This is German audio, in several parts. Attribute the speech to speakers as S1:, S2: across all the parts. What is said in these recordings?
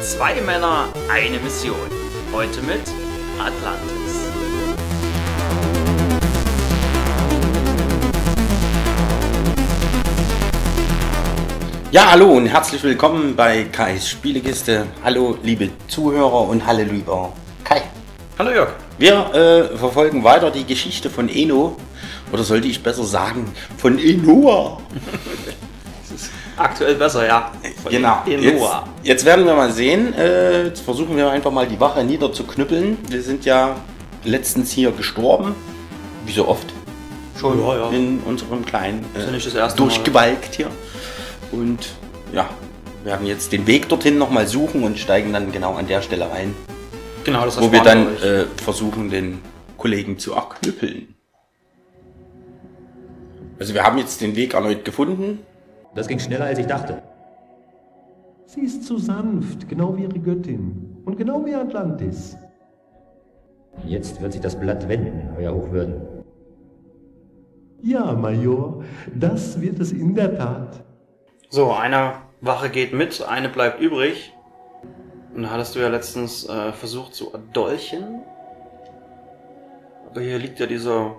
S1: Zwei Männer, eine Mission. Heute mit Atlantis.
S2: Ja, hallo und herzlich willkommen bei Kais Spielekiste. Hallo, liebe Zuhörer und hallo, lieber Kai.
S3: Hallo Jörg.
S2: Wir äh, verfolgen weiter die Geschichte von Eno, oder sollte ich besser sagen, von Enoa.
S1: Aktuell besser, ja. Von
S2: Genau. Jetzt,
S1: Enoa.
S2: jetzt werden wir mal sehen. Äh, jetzt versuchen wir einfach mal die Wache niederzuknüppeln. Wir sind ja letztens hier gestorben, wie so oft
S3: Schon. Ja, ja.
S2: in unserem kleinen äh,
S1: Ist ja nicht das erste Mal.
S2: durchgewalkt hier. Und ja, werden jetzt den Weg dorthin nochmal suchen und steigen dann genau an der Stelle ein.
S3: Genau, das
S2: wo wir
S3: ersparen
S2: dann
S3: euch.
S2: äh, versuchen, den Kollegen zu erknüppeln. Also wir haben jetzt den Weg erneut gefunden.
S4: Das ging schneller, als ich dachte.
S5: Sie ist so sanft, genau wie ihre Göttin. Und genau wie Atlantis.
S4: Jetzt wird sich das Blatt wenden, Euer Hochwürden.
S5: Ja, Major, das wird es in der Tat.
S3: So, eine Wache geht mit, eine bleibt übrig. Und da hattest du ja letztens äh, versucht zu erdolchen. Aber hier liegt ja dieser.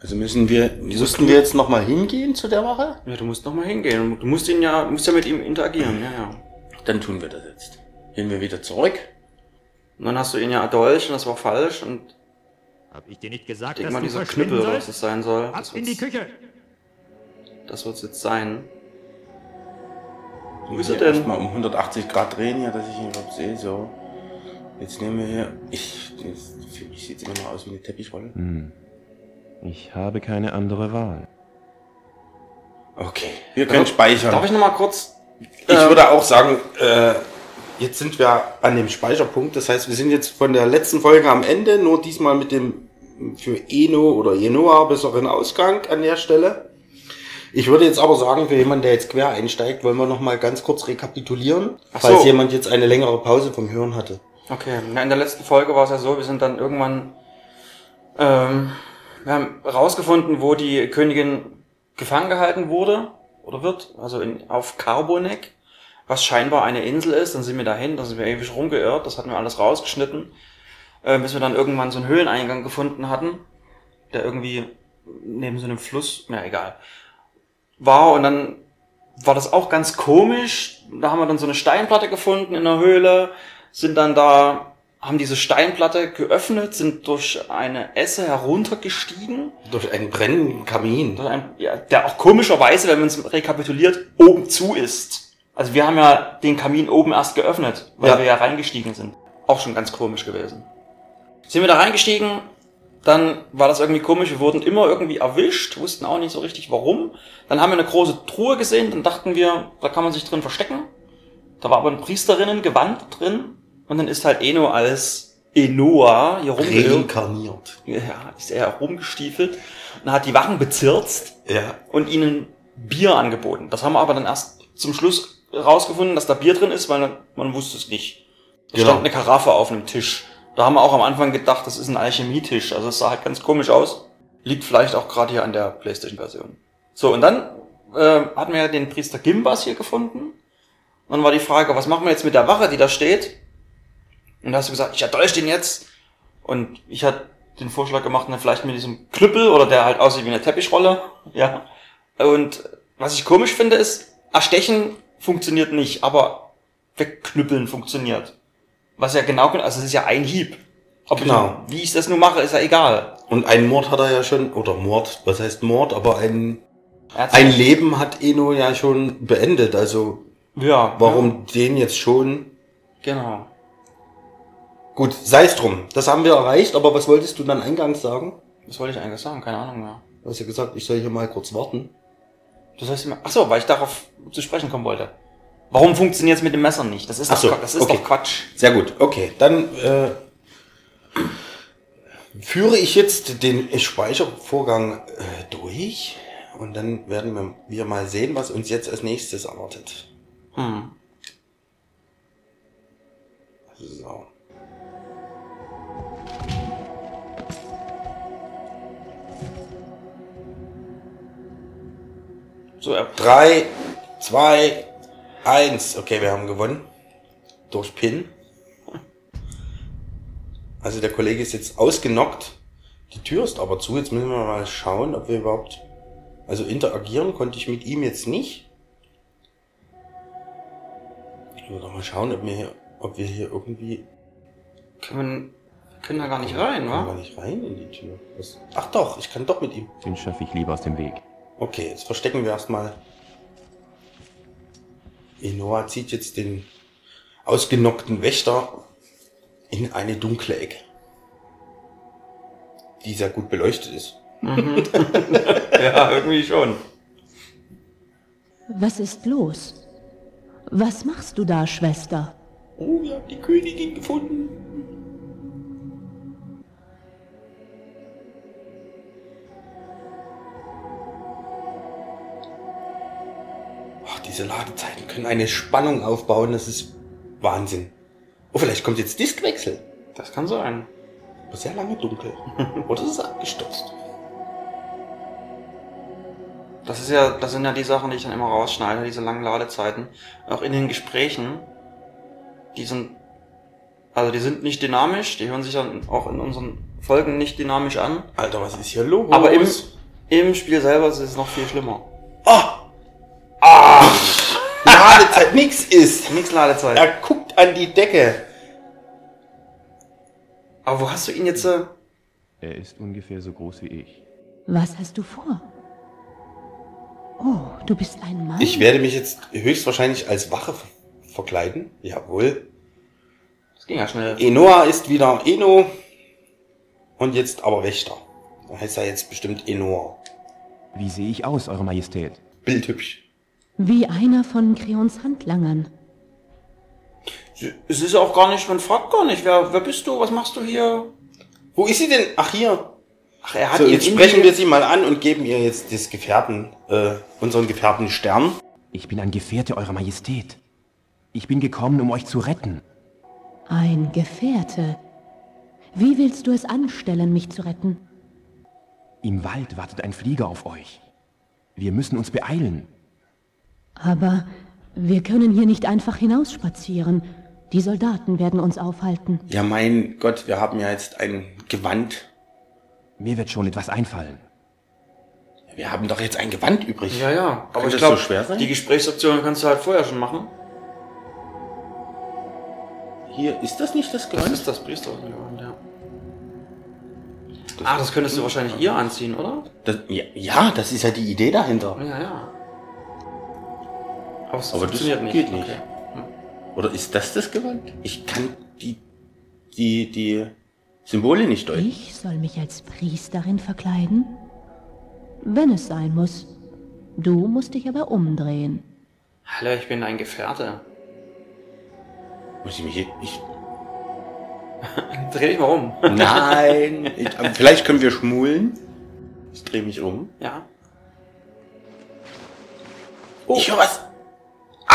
S2: Also müssen wir, müssten wir jetzt nochmal hingehen zu der Wache?
S3: Ja, du musst nochmal hingehen. Du musst ihn ja, du musst ja mit ihm interagieren, ja, ja.
S2: Dann tun wir das jetzt. Gehen wir wieder zurück.
S3: Und dann hast du ihn ja erdolchen, das war falsch. Und
S4: Hab ich dir nicht gesagt,
S3: irgendwann dieser Knüppel oder was das sein soll. Das wird's,
S4: Küche!
S3: das wird's jetzt sein.
S2: Wo
S3: ist er denn?
S2: Mal um 180 Grad drehen hier, dass ich ihn überhaupt sehe. So. Jetzt nehmen wir hier. Ich, jetzt, für mich sieht immer noch aus wie eine Teppichrolle.
S6: Hm. Ich habe keine andere Wahl.
S2: Okay. Wir können
S3: Darf-
S2: speichern.
S3: Darf ich nochmal kurz.
S2: Ich
S3: ähm,
S2: würde auch sagen, äh, jetzt sind wir an dem Speicherpunkt. Das heißt, wir sind jetzt von der letzten Folge am Ende, nur diesmal mit dem für Eno oder Jenoa besseren Ausgang an der Stelle. Ich würde jetzt aber sagen, für jemanden, der jetzt quer einsteigt, wollen wir nochmal ganz kurz rekapitulieren,
S3: Ach so.
S2: falls jemand jetzt eine längere Pause vom Hören hatte.
S3: Okay, na, in der letzten Folge war es ja so, wir sind dann irgendwann, ähm, wir haben rausgefunden, wo die Königin gefangen gehalten wurde oder wird, also in, auf Carbonek, was scheinbar eine Insel ist. Dann sind wir dahin, dann sind wir ewig rumgeirrt, das hatten wir alles rausgeschnitten, äh, bis wir dann irgendwann so einen Höhleneingang gefunden hatten, der irgendwie neben so einem Fluss, na egal, war und dann war das auch ganz komisch. Da haben wir dann so eine Steinplatte gefunden in der Höhle, sind dann da, haben diese Steinplatte geöffnet, sind durch eine Esse heruntergestiegen.
S2: Durch einen brennenden Kamin.
S3: Durch ein- ja, Der auch komischerweise, wenn man es rekapituliert, oben zu ist. Also wir haben ja den Kamin oben erst geöffnet, weil
S2: Ja.
S3: wir ja reingestiegen sind. Auch schon ganz komisch gewesen. Sind wir da reingestiegen, dann war das irgendwie komisch. Wir wurden immer irgendwie erwischt, wussten auch nicht so richtig warum. Dann haben wir eine große Truhe gesehen, dann dachten wir, da kann man sich drin verstecken. Da war aber ein Priesterinnengewand drin und dann ist halt Eno als Enoa hier rumgeirrt.
S2: Reinkarniert.
S3: Ja, ist er rumgestiefelt und hat die Wachen bezirzt
S2: Ja.
S3: und ihnen Bier angeboten. Das haben wir aber dann erst zum Schluss rausgefunden, dass da Bier drin ist, weil man wusste es nicht. Da
S2: Genau.
S3: stand eine Karaffe auf einem Tisch. Da haben wir auch am Anfang gedacht, das ist ein Alchemietisch. Also es sah halt ganz komisch aus. Liegt vielleicht auch gerade hier an der Playstation-Version. So, und dann äh, hatten wir ja den Priester Gimbas hier gefunden. Und dann war die Frage, was machen wir jetzt mit der Wache, die da steht? Und da hast du gesagt, ich erdolch den jetzt. Und ich hatte den Vorschlag gemacht, na, vielleicht mit diesem Knüppel oder der halt aussieht wie eine Teppichrolle. Ja. Und was ich komisch finde, ist, erstechen funktioniert nicht, aber wegknüppeln funktioniert. Was ja genau, also es ist ja ein Hieb. Ob
S2: Genau.
S3: Ich, wie ich das nun mache, ist ja egal.
S2: Und einen Mord hat er ja schon, oder Mord, was heißt Mord, aber ein,
S3: Er hat's-
S2: ein Leben hat Eno ja schon beendet. Also
S3: Ja. Ja,
S2: warum den jetzt schon
S3: genau.
S2: Gut, sei es drum. Das haben wir erreicht, aber was wolltest du dann eingangs sagen?
S3: Was wollte ich eigentlich sagen? Keine Ahnung mehr.
S2: Du hast ja gesagt, ich soll hier mal kurz warten.
S3: Du sollst immer, ach so, weil ich darauf zu sprechen kommen wollte. Warum funktioniert es mit dem Messer nicht? Das ist,
S2: Ach
S3: doch,
S2: so,
S3: Qua- das ist
S2: okay.
S3: doch Quatsch.
S2: Sehr gut, okay. Dann äh, führe ich jetzt den Speichervorgang äh, durch und dann werden wir, wir mal sehen, was uns jetzt als nächstes erwartet.
S3: Hm. So,
S2: So.
S3: er
S2: Drei, zwei, eins. Okay, wir haben gewonnen. Durch Pin. Also der Kollege ist jetzt ausgenockt. Die Tür ist aber zu. Jetzt müssen wir mal schauen, ob wir überhaupt. Also interagieren konnte ich mit ihm jetzt nicht. Ich würde mal schauen, ob wir hier, ob wir hier irgendwie.
S3: Können wir können da gar nicht rein,
S2: Kommen wir
S3: wa?
S2: nicht rein in die Tür. Was? Ach doch, ich kann doch mit ihm.
S6: Den schaffe ich lieber aus dem Weg.
S2: Okay, jetzt verstecken wir erstmal. Inoa zieht jetzt den ausgenockten Wächter in eine dunkle Ecke, die sehr gut beleuchtet ist.
S3: Ja, irgendwie schon.
S7: Was ist los? Was machst du da, Schwester?
S2: Oh, wir haben die Königin gefunden. Ach, diese Ladezeiten können eine Spannung aufbauen, das ist Wahnsinn. Oh, vielleicht kommt jetzt Diskwechsel.
S3: Das kann sein.
S2: Aber sehr lange dunkel. Oder es ist abgestürzt.
S3: Das ist ja, das sind ja die Sachen, die ich dann immer rausschneide, diese langen Ladezeiten. Auch in den Gesprächen, die sind, also die sind nicht dynamisch, die hören sich dann auch in unseren Folgen nicht dynamisch an.
S2: Alter, was ist hier los?
S3: Aber im, im Spiel selber ist es noch viel schlimmer.
S2: Ah! Ah! Ladezeit nix ist!
S3: Nix Ladezeit.
S2: Er guckt an die Decke.
S3: Aber wo hast du ihn jetzt? Äh,
S6: Er ist ungefähr so groß wie ich.
S7: Was hast du vor? Oh, du bist ein Mann.
S2: Ich werde mich jetzt höchstwahrscheinlich als Wache ver- verkleiden. Jawohl.
S3: das ging ja schnell.
S2: Enoa ist wieder Eno. Und jetzt aber Wächter. Da heißt er jetzt bestimmt Enoa.
S6: Wie sehe ich aus, Eure Majestät?
S2: Bildhübsch.
S7: Wie einer von Creons Handlangern.
S3: Es ist auch gar nicht, man fragt gar nicht, wer, wer bist du, was machst du hier?
S2: Wo ist sie denn? Ach, hier.
S3: Ach, er
S2: So,
S3: ihn
S2: jetzt
S3: in
S2: sprechen
S3: die-
S2: wir sie mal an und geben ihr jetzt des Gefährten, äh, unseren Gefährten Stern.
S6: Ich bin ein Gefährte, Eure Majestät. Ich bin gekommen, um euch zu retten.
S7: Ein Gefährte. Wie willst du es anstellen, mich zu retten?
S6: Im Wald wartet ein Flieger auf euch. Wir müssen uns beeilen.
S7: Aber wir können hier nicht einfach hinausspazieren. Die Soldaten werden uns aufhalten.
S2: Ja, mein Gott, wir haben ja jetzt ein Gewand.
S6: Mir wird schon etwas einfallen.
S2: Wir haben doch jetzt ein Gewand übrig.
S3: Ja, ja.
S2: Kann
S3: Aber ich
S2: das
S3: glaube,
S2: so schwer sein?
S3: die Gesprächsoptionen kannst du halt vorher schon machen.
S2: Hier, ist das nicht das
S3: Das
S2: Gewand?
S3: ist das Priester. Ja. Ah, das könntest du wahrscheinlich ihr anziehen, oder?
S2: Das, ja, ja, das ist ja die Idee dahinter.
S3: Ja, ja. Aber es
S2: Aber das
S3: funktioniert nicht.
S2: geht nicht.
S3: Okay.
S2: Oder ist das das Gewand? Ich kann die, die, die Symbole nicht deuten.
S7: Ich soll mich als Priesterin verkleiden? Wenn es sein muss. Du musst dich aber umdrehen.
S3: Hallo, ich bin ein Gefährte.
S2: Muss ich mich hier, ich,
S3: Dreh dich mal um.
S2: Nein. ich, aber vielleicht können wir schmulen. Ich drehe mich um.
S3: Ja. Oh.
S2: Ich höre was. Ah!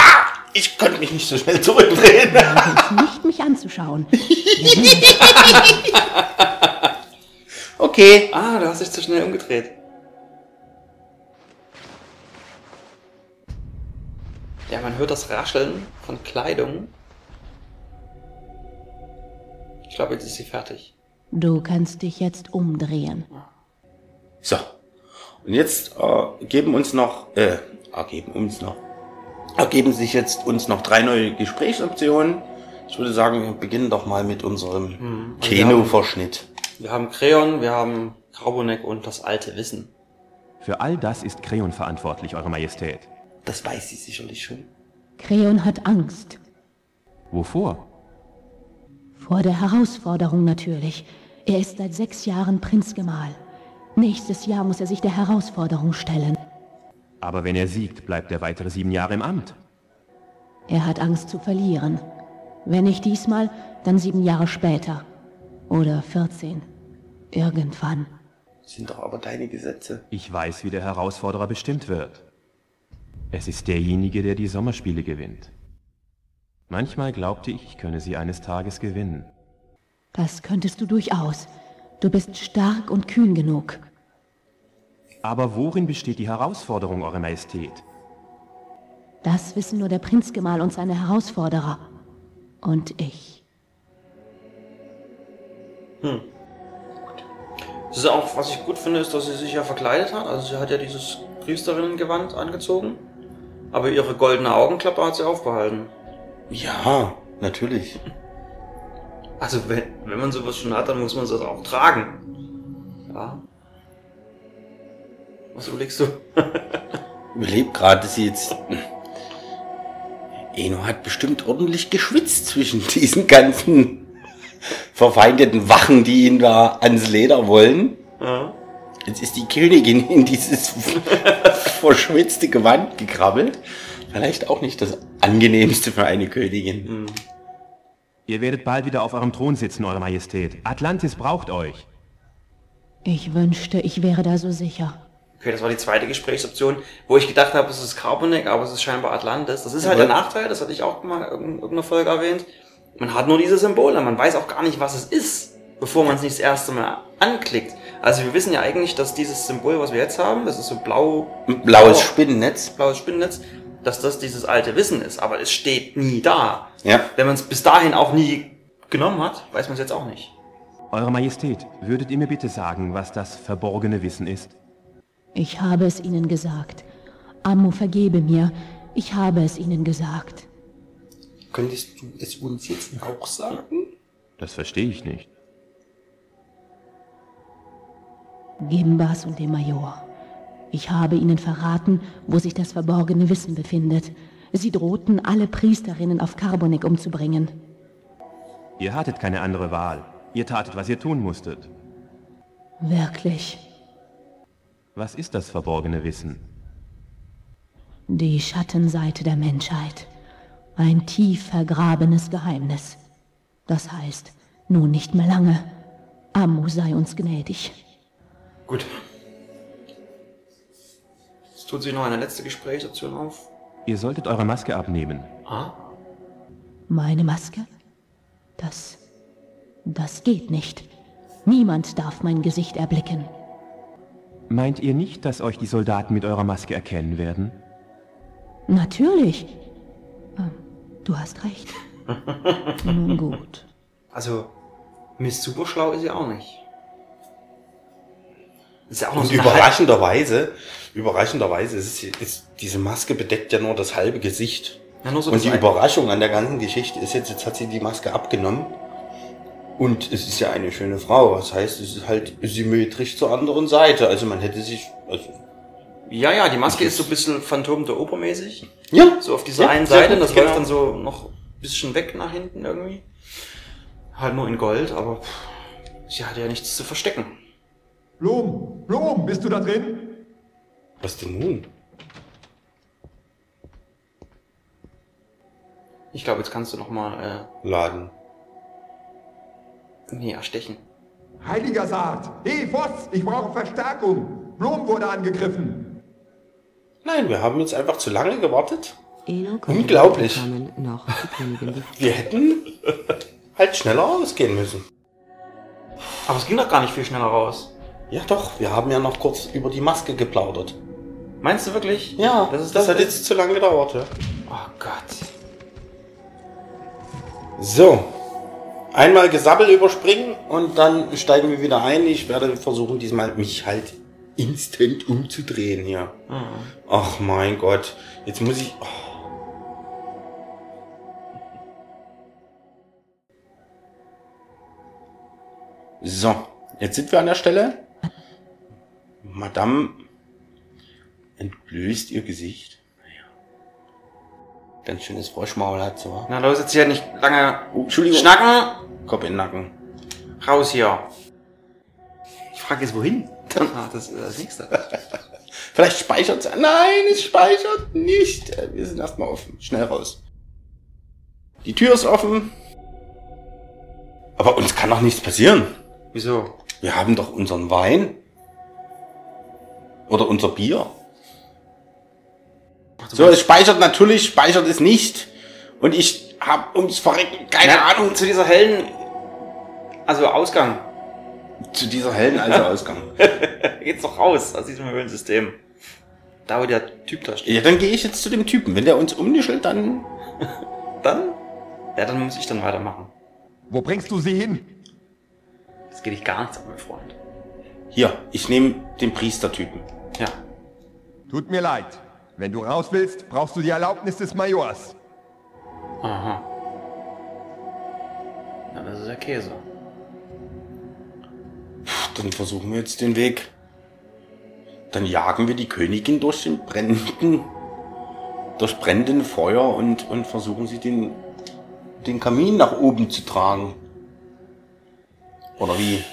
S2: Ich konnte mich nicht so schnell zurückdrehen.
S7: Nicht mich anzuschauen.
S2: Okay.
S3: Ah, du hast dich zu schnell umgedreht. Ja, man hört das Rascheln von Kleidung. Ich glaube, jetzt ist sie fertig.
S7: Du kannst dich jetzt umdrehen.
S2: So. Und jetzt äh, geben uns noch, äh, ergeben uns noch, ergeben sich jetzt uns noch drei neue Gesprächsoptionen. Ich würde sagen, wir beginnen doch mal mit unserem
S3: Hm. Und wir
S2: Keno-Verschnitt.
S3: Wir haben Kreon, wir haben Carbonek und das alte Wissen.
S6: Für all das ist Kreon verantwortlich, Eure Majestät.
S2: Das weiß sie sicherlich schon.
S7: Creon hat Angst.
S6: Wovor?
S7: Vor der Herausforderung natürlich. Er ist seit sechs Jahren Prinzgemahl. Nächstes Jahr muss er sich der Herausforderung stellen.
S6: Aber wenn er siegt, bleibt er weitere sieben Jahre im Amt.
S7: Er hat Angst zu verlieren. Wenn nicht diesmal, dann sieben Jahre später. Oder 14. Irgendwann.
S2: Das sind doch aber deine Gesetze.
S6: Ich weiß, wie der Herausforderer bestimmt wird. Es ist derjenige, der die Sommerspiele gewinnt. Manchmal glaubte ich, ich könne sie eines Tages gewinnen.
S7: Das könntest du durchaus. Du bist stark und kühn genug.
S6: Aber worin besteht die Herausforderung, Eure Majestät?
S7: Das wissen nur der Prinzgemahl und seine Herausforderer. und ich.
S3: Das ist auch, was ich gut finde, ist, dass sie sich ja verkleidet hat. Also sie hat ja dieses Priesterinnengewand angezogen. Aber ihre goldene Augenklappe hat sie aufbehalten.
S2: Ja, natürlich.
S3: Also wenn, wenn man sowas schon hat, dann muss man das auch tragen. Ja. Was überlegst du?
S2: Überlebt gerade, dass sie jetzt. Eno hat bestimmt ordentlich geschwitzt zwischen diesen ganzen verfeindeten Wachen, die ihn da ans Leder wollen.
S3: Ja.
S2: Jetzt ist die Königin in dieses verschwitzte Gewand gekrabbelt. Vielleicht auch nicht das angenehmste für eine Königin.
S6: Ihr werdet bald wieder auf eurem Thron sitzen, Eure Majestät. Atlantis braucht euch.
S7: Ich wünschte, ich wäre da so sicher.
S3: Okay, das war die zweite Gesprächsoption, wo ich gedacht habe, es ist Carbonic, aber es ist scheinbar Atlantis. Das ist halt
S2: Ja.
S3: der Nachteil, das hatte ich auch mal in irgendeiner Folge erwähnt. Man hat nur diese Symbole, man weiß auch gar nicht, was es ist, bevor man es nicht das erste Mal anklickt. Also wir wissen ja eigentlich, dass dieses Symbol, was wir jetzt haben, das ist so blau,
S2: Ein Blaues
S3: Oh.
S2: Spinnennetz.
S3: blaues Spinnennetz, dass das dieses alte Wissen ist, aber es steht nie da.
S2: Ja.
S3: Wenn man es bis dahin auch nie genommen hat, weiß man es jetzt auch nicht.
S6: Eure Majestät, würdet ihr mir bitte sagen, was das verborgene Wissen ist?
S7: Ich habe es ihnen gesagt. Ammo, vergebe mir. Ich habe es ihnen gesagt.
S2: Könntest du es uns jetzt auch sagen?
S6: Das verstehe ich nicht.
S7: Gimbas und dem Major. Ich habe ihnen verraten, wo sich das verborgene Wissen befindet. Sie drohten, alle Priesterinnen auf Karbonek umzubringen.
S6: Ihr hattet keine andere Wahl. Ihr tatet, was ihr tun musstet.
S7: Wirklich.
S6: Was ist das verborgene Wissen?
S7: Die Schattenseite der Menschheit. Ein tief vergrabenes Geheimnis. Das heißt, nun nicht mehr lange. Ammu sei uns gnädig.
S3: Gut. Es tut sich noch eine letzte Gesprächsoption auf.
S6: Ihr solltet eure Maske abnehmen.
S3: Ah,
S7: Meine Maske? Das. Das geht nicht. Niemand darf mein Gesicht erblicken.
S6: Meint ihr nicht, dass euch die Soldaten mit eurer Maske erkennen werden?
S7: Natürlich. Ähm, Du hast recht. Nun gut.
S3: Also, Miss Superschlau ist sie auch nicht. Ist ja auch noch
S2: Und
S3: so eine halbe-
S2: überraschenderweise, überraschenderweise ist, es- ist diese Maske bedeckt ja nur das halbe Gesicht.
S3: Ja, nur so
S2: Und die
S3: das-
S2: Überraschung an der ganzen Geschichte ist jetzt, jetzt hat sie die Maske abgenommen. Und es ist ja eine schöne Frau. Das heißt, es ist halt symmetrisch zur anderen Seite. Also man hätte sich, also,
S3: Ja, ja, die Maske ist so ein bisschen Phantom der Oper mäßig.
S2: ja,
S3: So auf dieser
S2: Ja,
S3: einen
S2: sehr
S3: Seite.
S2: gut,
S3: das
S2: genau.
S3: läuft dann so noch ein bisschen weg nach hinten irgendwie. Halt nur in Gold, aber pff, sie hatte ja nichts zu verstecken.
S5: Blum, Blum, bist du da drin?
S2: Was denn nun?
S3: Ich glaube, jetzt kannst du nochmal,
S2: Laden.
S3: äh, nee, erstechen.
S5: Heiliger Saat! Hey, Voss, ich brauche Verstärkung! Blum wurde angegriffen!
S2: Nein, wir haben jetzt einfach zu lange gewartet.
S8: Eno konnte
S2: Unglaublich.
S8: weder entkommen, noch die Königin befreien.
S2: Wir hätten halt schneller ausgehen müssen.
S3: Aber es ging doch gar nicht viel schneller raus.
S2: Ja doch, wir haben ja noch kurz über die Maske geplaudert.
S3: Meinst du wirklich?
S2: Ja,
S3: Das ist das.
S2: hat jetzt zu lange gedauert. Ja.
S3: Oh Gott.
S2: So. Einmal Gesabbel überspringen und dann steigen wir wieder ein. Ich werde versuchen, diesmal mich halt instant umzudrehen hier. Ach mein Gott. Jetzt muss ich. Oh, So, jetzt sind wir an der Stelle. Madame entblößt ihr Gesicht. Naja. Ganz schönes Froschmaul hat sie, wa?
S3: Na los, jetzt hier nicht lange
S2: Oh, Entschuldigung.
S3: schnacken.
S2: Kopf in den Nacken.
S3: Raus hier. Ich frage jetzt wohin? Dann ah, das ist das nächste.
S2: Vielleicht speichert es. Nein, es speichert nicht. Äh, Wir sind erstmal offen. Schnell raus. Die Tür ist offen. Aber uns kann doch nichts passieren.
S3: Wieso?
S2: Wir haben doch unseren Wein. Oder unser Bier. So, es speichert natürlich, speichert es nicht. Und ich habe ums Verrecken keine
S3: Na,
S2: Ahnung
S3: Zu dieser hellen. Also Ausgang.
S2: zu dieser hellen also Ausgang.
S3: Geht's doch raus aus diesem Höhlensystem. Da wo der Typ da steht.
S2: Ja, dann gehe ich jetzt zu dem Typen. Wenn der uns umnischelt, dann
S3: Dann? Ja, dann muss ich dann weitermachen.
S9: Wo bringst du sie hin?
S3: Das geht ich gar nichts an, mein Freund.
S2: Hier, ich nehme den Priestertypen.
S3: Ja.
S9: Tut mir leid. Wenn du raus willst, brauchst du die Erlaubnis des Majors.
S3: Aha. Na, das ist der Käse.
S2: Dann versuchen wir jetzt den Weg. Dann jagen wir die Königin durch den brennenden, durch brennenden Feuer und, und versuchen sie den, den Kamin nach oben zu tragen. Oder wie?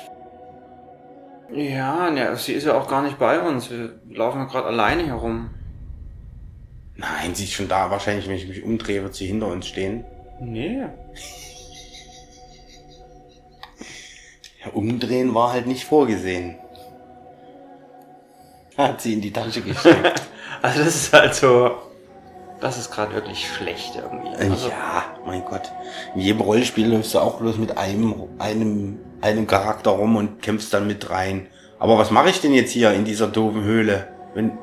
S3: Ja, ne, sie ist ja auch gar nicht bei uns. Wir laufen ja gerade alleine herum.
S2: Nein, sie ist schon da. Wahrscheinlich, wenn ich mich umdrehe, wird sie hinter uns stehen.
S3: Nee.
S2: Ja, umdrehen war halt nicht vorgesehen. Hat sie in die Tasche gesteckt.
S3: Also das ist halt so. Das ist gerade wirklich schlecht irgendwie.
S2: Äh,
S3: Also,
S2: ja, mein Gott. In jedem Rollenspiel läufst du auch bloß mit einem, einem, einem Charakter rum und kämpfst dann mit rein. Aber was mache ich denn jetzt hier in dieser doofen Höhle? Wenn,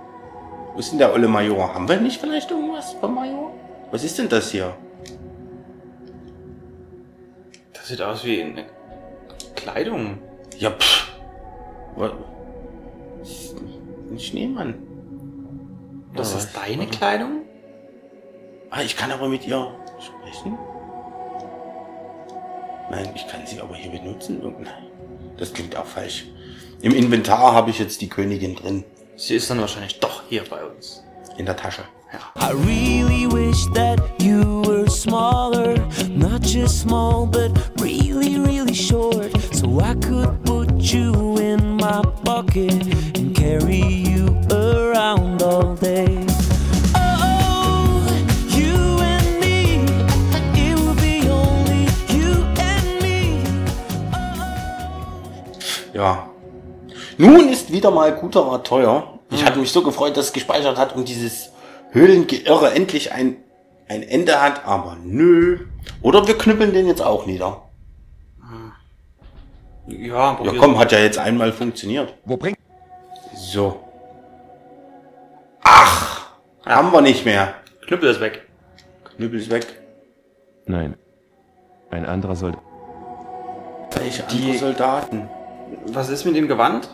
S2: wo ist denn der olle Major? Haben wir nicht vielleicht irgendwas vom Major? Was ist denn das hier?
S3: Das sieht aus wie eine Kleidung.
S2: Ja, pff. Wa- Das ist Ein Schneemann.
S3: Das
S2: Ja,
S3: ist
S2: was-
S3: deine Kleidung?
S2: Ah, ich kann aber mit ihr sprechen. Nein, ich kann sie aber hier benutzen. Oh, Nein, das klingt auch falsch. Im Inventar habe ich jetzt die Königin drin.
S3: Sie ist dann wahrscheinlich doch hier bei uns.
S2: In der Tasche.
S10: I really wish that you were smaller, not just small, but really, really short. So I could put you in my pocket and carry you around all day. Oh, you and me, it would be only you and me.
S2: Ja. Nun ist wieder mal guter Rat teuer. Ich hatte mich so gefreut, dass es gespeichert hat und dieses Höhlengeirre endlich ein, ein Ende hat, aber nö. Oder wir knüppeln den jetzt auch nieder.
S3: Ja,
S2: Ja
S3: probier
S2: komm, hat ja jetzt einmal funktioniert.
S9: Wo bringst
S2: So. Ach, haben wir nicht mehr.
S3: Knüppel ist weg.
S2: Knüppel ist weg.
S6: Nein. Ein anderer soll.
S2: Welche
S3: Die-
S2: andere Soldaten?
S3: Was ist mit dem Gewand?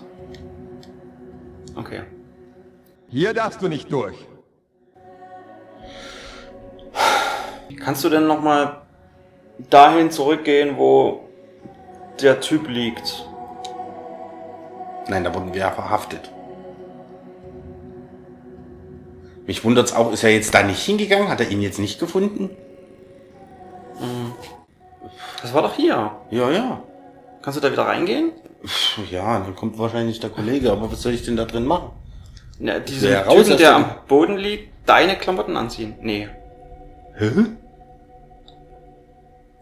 S3: Okay.
S9: Hier darfst du nicht durch.
S3: Kannst du denn nochmal dahin zurückgehen, wo der Typ liegt?
S2: Nein, da wurden wir ja verhaftet. Mich wundert's auch, ist er jetzt da nicht hingegangen? Hat er ihn jetzt nicht gefunden?
S3: Das war doch hier.
S2: Ja, ja.
S3: Kannst du da wieder reingehen?
S2: Ja, dann kommt wahrscheinlich der Kollege, aber was soll ich denn da drin machen?
S3: Ja, diesen
S2: Ja, raus
S3: Typen,
S2: aus
S3: der
S2: dem-
S3: am Boden liegt, deine Klamotten anziehen. Nee.
S2: Hä?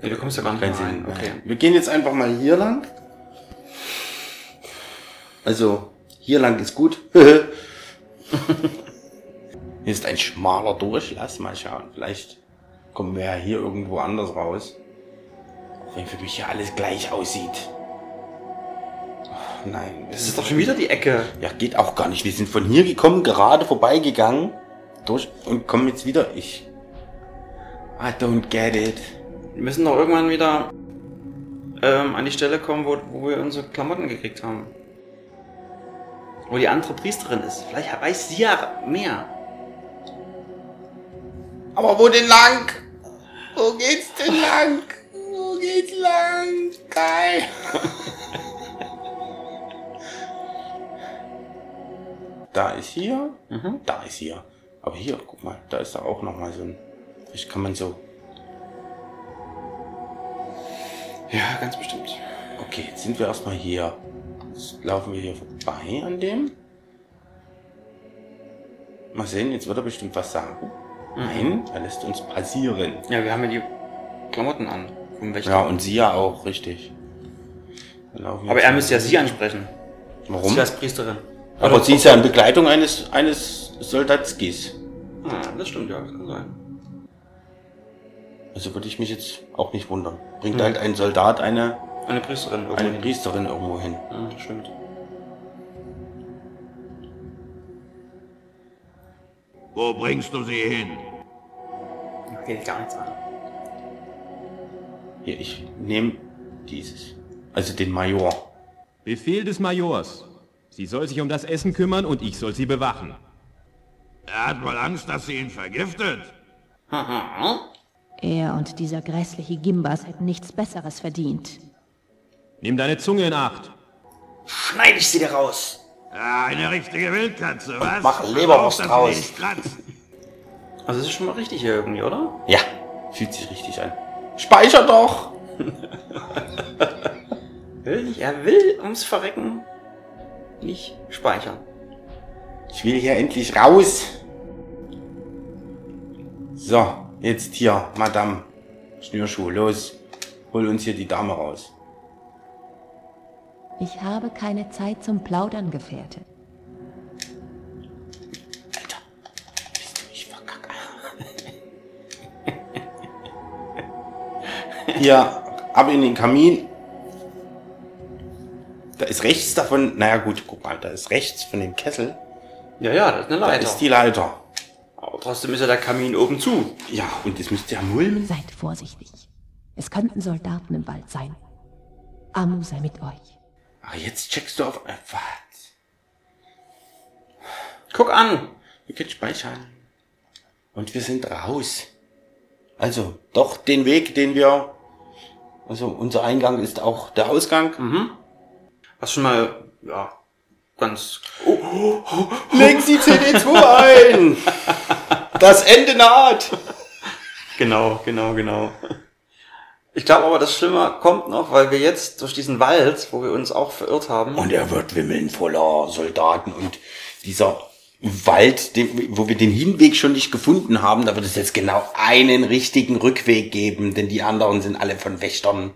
S3: Nee, du kommst ja gar nicht
S2: Kein
S3: mehr
S2: Sinn.
S3: rein.
S2: Okay.
S3: Okay.
S2: Wir gehen jetzt einfach mal hier lang. Also, hier lang ist gut. hier ist ein schmaler Durchlass. Mal schauen. Vielleicht kommen wir ja hier irgendwo anders raus. Auch Wenn für mich hier alles gleich aussieht. Ach, nein.
S3: Das ist doch schon wieder die Ecke.
S2: Ja, geht auch gar nicht. Wir sind von hier gekommen, gerade vorbeigegangen. Durch und kommen jetzt wieder. Ich. I don't get it.
S3: Wir müssen doch irgendwann wieder ähm, an die Stelle kommen, wo, wo wir unsere Klamotten gekriegt haben. Wo die andere Priesterin ist. Vielleicht weiß sie ja mehr.
S2: Aber wo denn lang? Wo geht's denn lang? Wo geht's lang? Geil. Da ist hier,
S3: Mhm.
S2: da ist hier. Aber hier, guck mal, da ist da auch nochmal so ein. Vielleicht kann man so.
S3: Ja, ganz bestimmt.
S2: Okay, jetzt sind wir erstmal hier. Jetzt laufen wir hier vorbei an dem. Mal sehen, jetzt wird er bestimmt was sagen. Nein, er lässt uns passieren.
S3: Mhm. Ja, wir haben ja die Klamotten an. Vom Wächter.
S2: Ja, und sie ja auch, richtig. Dann laufen wir
S3: Aber
S2: jetzt
S3: er
S2: mal-
S3: müsste ja sie ansprechen.
S2: Warum?
S3: Sie als Priesterin.
S2: Aber sie ist ja in Begleitung eines, eines Soldatskis.
S3: Ah, das stimmt ja, das kann sein.
S2: Also würde ich mich jetzt auch nicht wundern. Bringt
S3: Hm.
S2: halt ein Soldat eine,
S3: Eine Priesterin. irgendwo
S2: eine
S3: hin.
S2: Priesterin irgendwo hin.
S3: Ja, das stimmt.
S10: Wo bringst du sie hin?
S3: Geht gar nichts an.
S2: Hier, ich nehme dieses. Also den Major.
S6: Befehl des Majors. Sie soll sich um das Essen kümmern und ich soll sie bewachen.
S11: Er hat wohl Angst, dass sie ihn vergiftet.
S7: Er und dieser grässliche Gimbas hätten nichts Besseres verdient.
S6: Nimm deine Zunge in Acht.
S11: Schneide ich sie dir raus. Ja, Ah, eine richtige Wildkatze, was?
S3: mach Leberwurst
S11: Leberwurst
S3: draus. Also es ist schon mal richtig hier irgendwie, oder?
S2: Ja, fühlt sich richtig an. Speicher doch!
S3: Will nicht, er will ums Verrecken nicht speichern.
S2: Ich will hier endlich raus. So, jetzt hier, Madame. Schnürschuh, los. Hol uns hier die Dame raus.
S8: Ich habe keine Zeit zum Plaudern, Gefährte.
S2: Hier, ab in den Kamin. Da ist rechts davon, naja gut, guck mal, da ist rechts von dem Kessel.
S3: Ja, ja, das ist eine
S2: Da
S3: Leiter.
S2: ist die Leiter.
S3: Aber trotzdem ist ja der Kamin oben zu.
S2: Ja, und es müsste ja mulmen.
S8: Seid vorsichtig. Es könnten Soldaten im Wald sein. Amu sei mit euch.
S2: Aber Ah, jetzt checkst du auf. Äh, was?
S3: Guck an!
S2: Wir können speichern. Und wir sind raus. Also, doch den Weg, den wir. Also, unser Eingang ist auch der Ausgang.
S3: Was schon mal, ja, ganz...
S2: Legen Sie CD2 ein! Das Ende naht!
S3: Genau, genau, genau. Ich glaube aber, das Schlimme kommt noch, weil wir jetzt durch diesen Wald, wo wir uns auch verirrt haben...
S2: Und er wird wimmeln voller Soldaten und dieser Wald, den, wo wir den Hinweg schon nicht gefunden haben, da wird es jetzt genau einen richtigen Rückweg geben, denn die anderen sind alle von Wächtern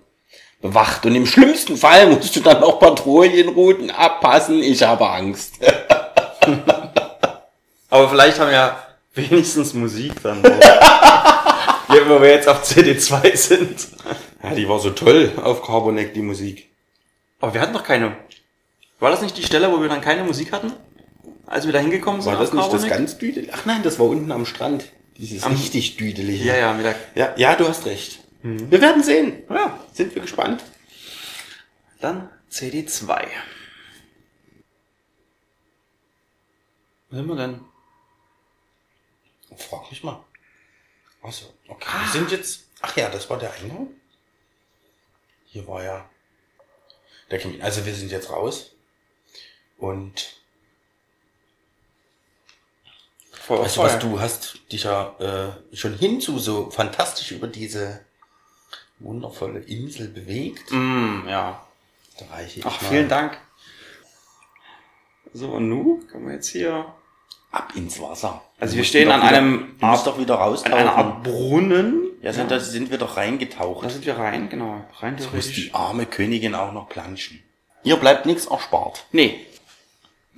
S2: bewacht. Und im schlimmsten Fall musst du dann auch Patrouillenrouten abpassen. Ich habe Angst.
S3: Aber vielleicht haben wir ja wenigstens Musik dann. Hier, wo wir jetzt auf CD2 sind.
S2: Ja, die war so toll auf Carbonek, die Musik.
S3: Aber wir hatten noch keine. War das nicht die Stelle, wo wir dann keine Musik hatten? Als wir da hingekommen sind
S2: War das
S3: auf
S2: nicht das
S3: Carbonek?
S2: ganz düdel? Ach nein, das war unten am Strand. Dieses
S3: Am-
S2: richtig düdelige.
S3: Ja, ja, mit der,
S2: ja. Ja, du hast recht. Wir werden sehen.
S3: Mhm. ja.
S2: Sind wir gespannt?
S3: Dann CD2. Wo sind wir denn?
S2: Frag mich mal. Achso, okay.
S3: Ah.
S2: Wir sind jetzt. Ach ja, das war der Eingang. Hier war ja der Kamin. Also wir sind jetzt raus. Und
S3: Vor
S2: weißt du also was, du hast dich ja äh, schon hinzu so fantastisch über diese wundervolle Insel bewegt.
S3: Mm, ja.
S2: Da reiche ich
S3: Ach,
S2: mal
S3: vielen Dank. So, und nu können wir jetzt hier...
S2: ab ins Wasser.
S3: Also
S2: Du
S3: wir
S2: musst
S3: stehen
S2: doch
S3: an
S2: wieder,
S3: einem
S2: Du musst doch wieder
S3: An einer
S2: raustauchen.
S3: Art Brunnen.
S2: Ja, sind, da sind wir doch reingetaucht.
S3: Da sind wir rein, genau. Rein
S2: Jetzt muss
S3: theoretisch.
S2: die arme Königin auch noch planschen. Ihr bleibt nichts erspart.
S3: Nee.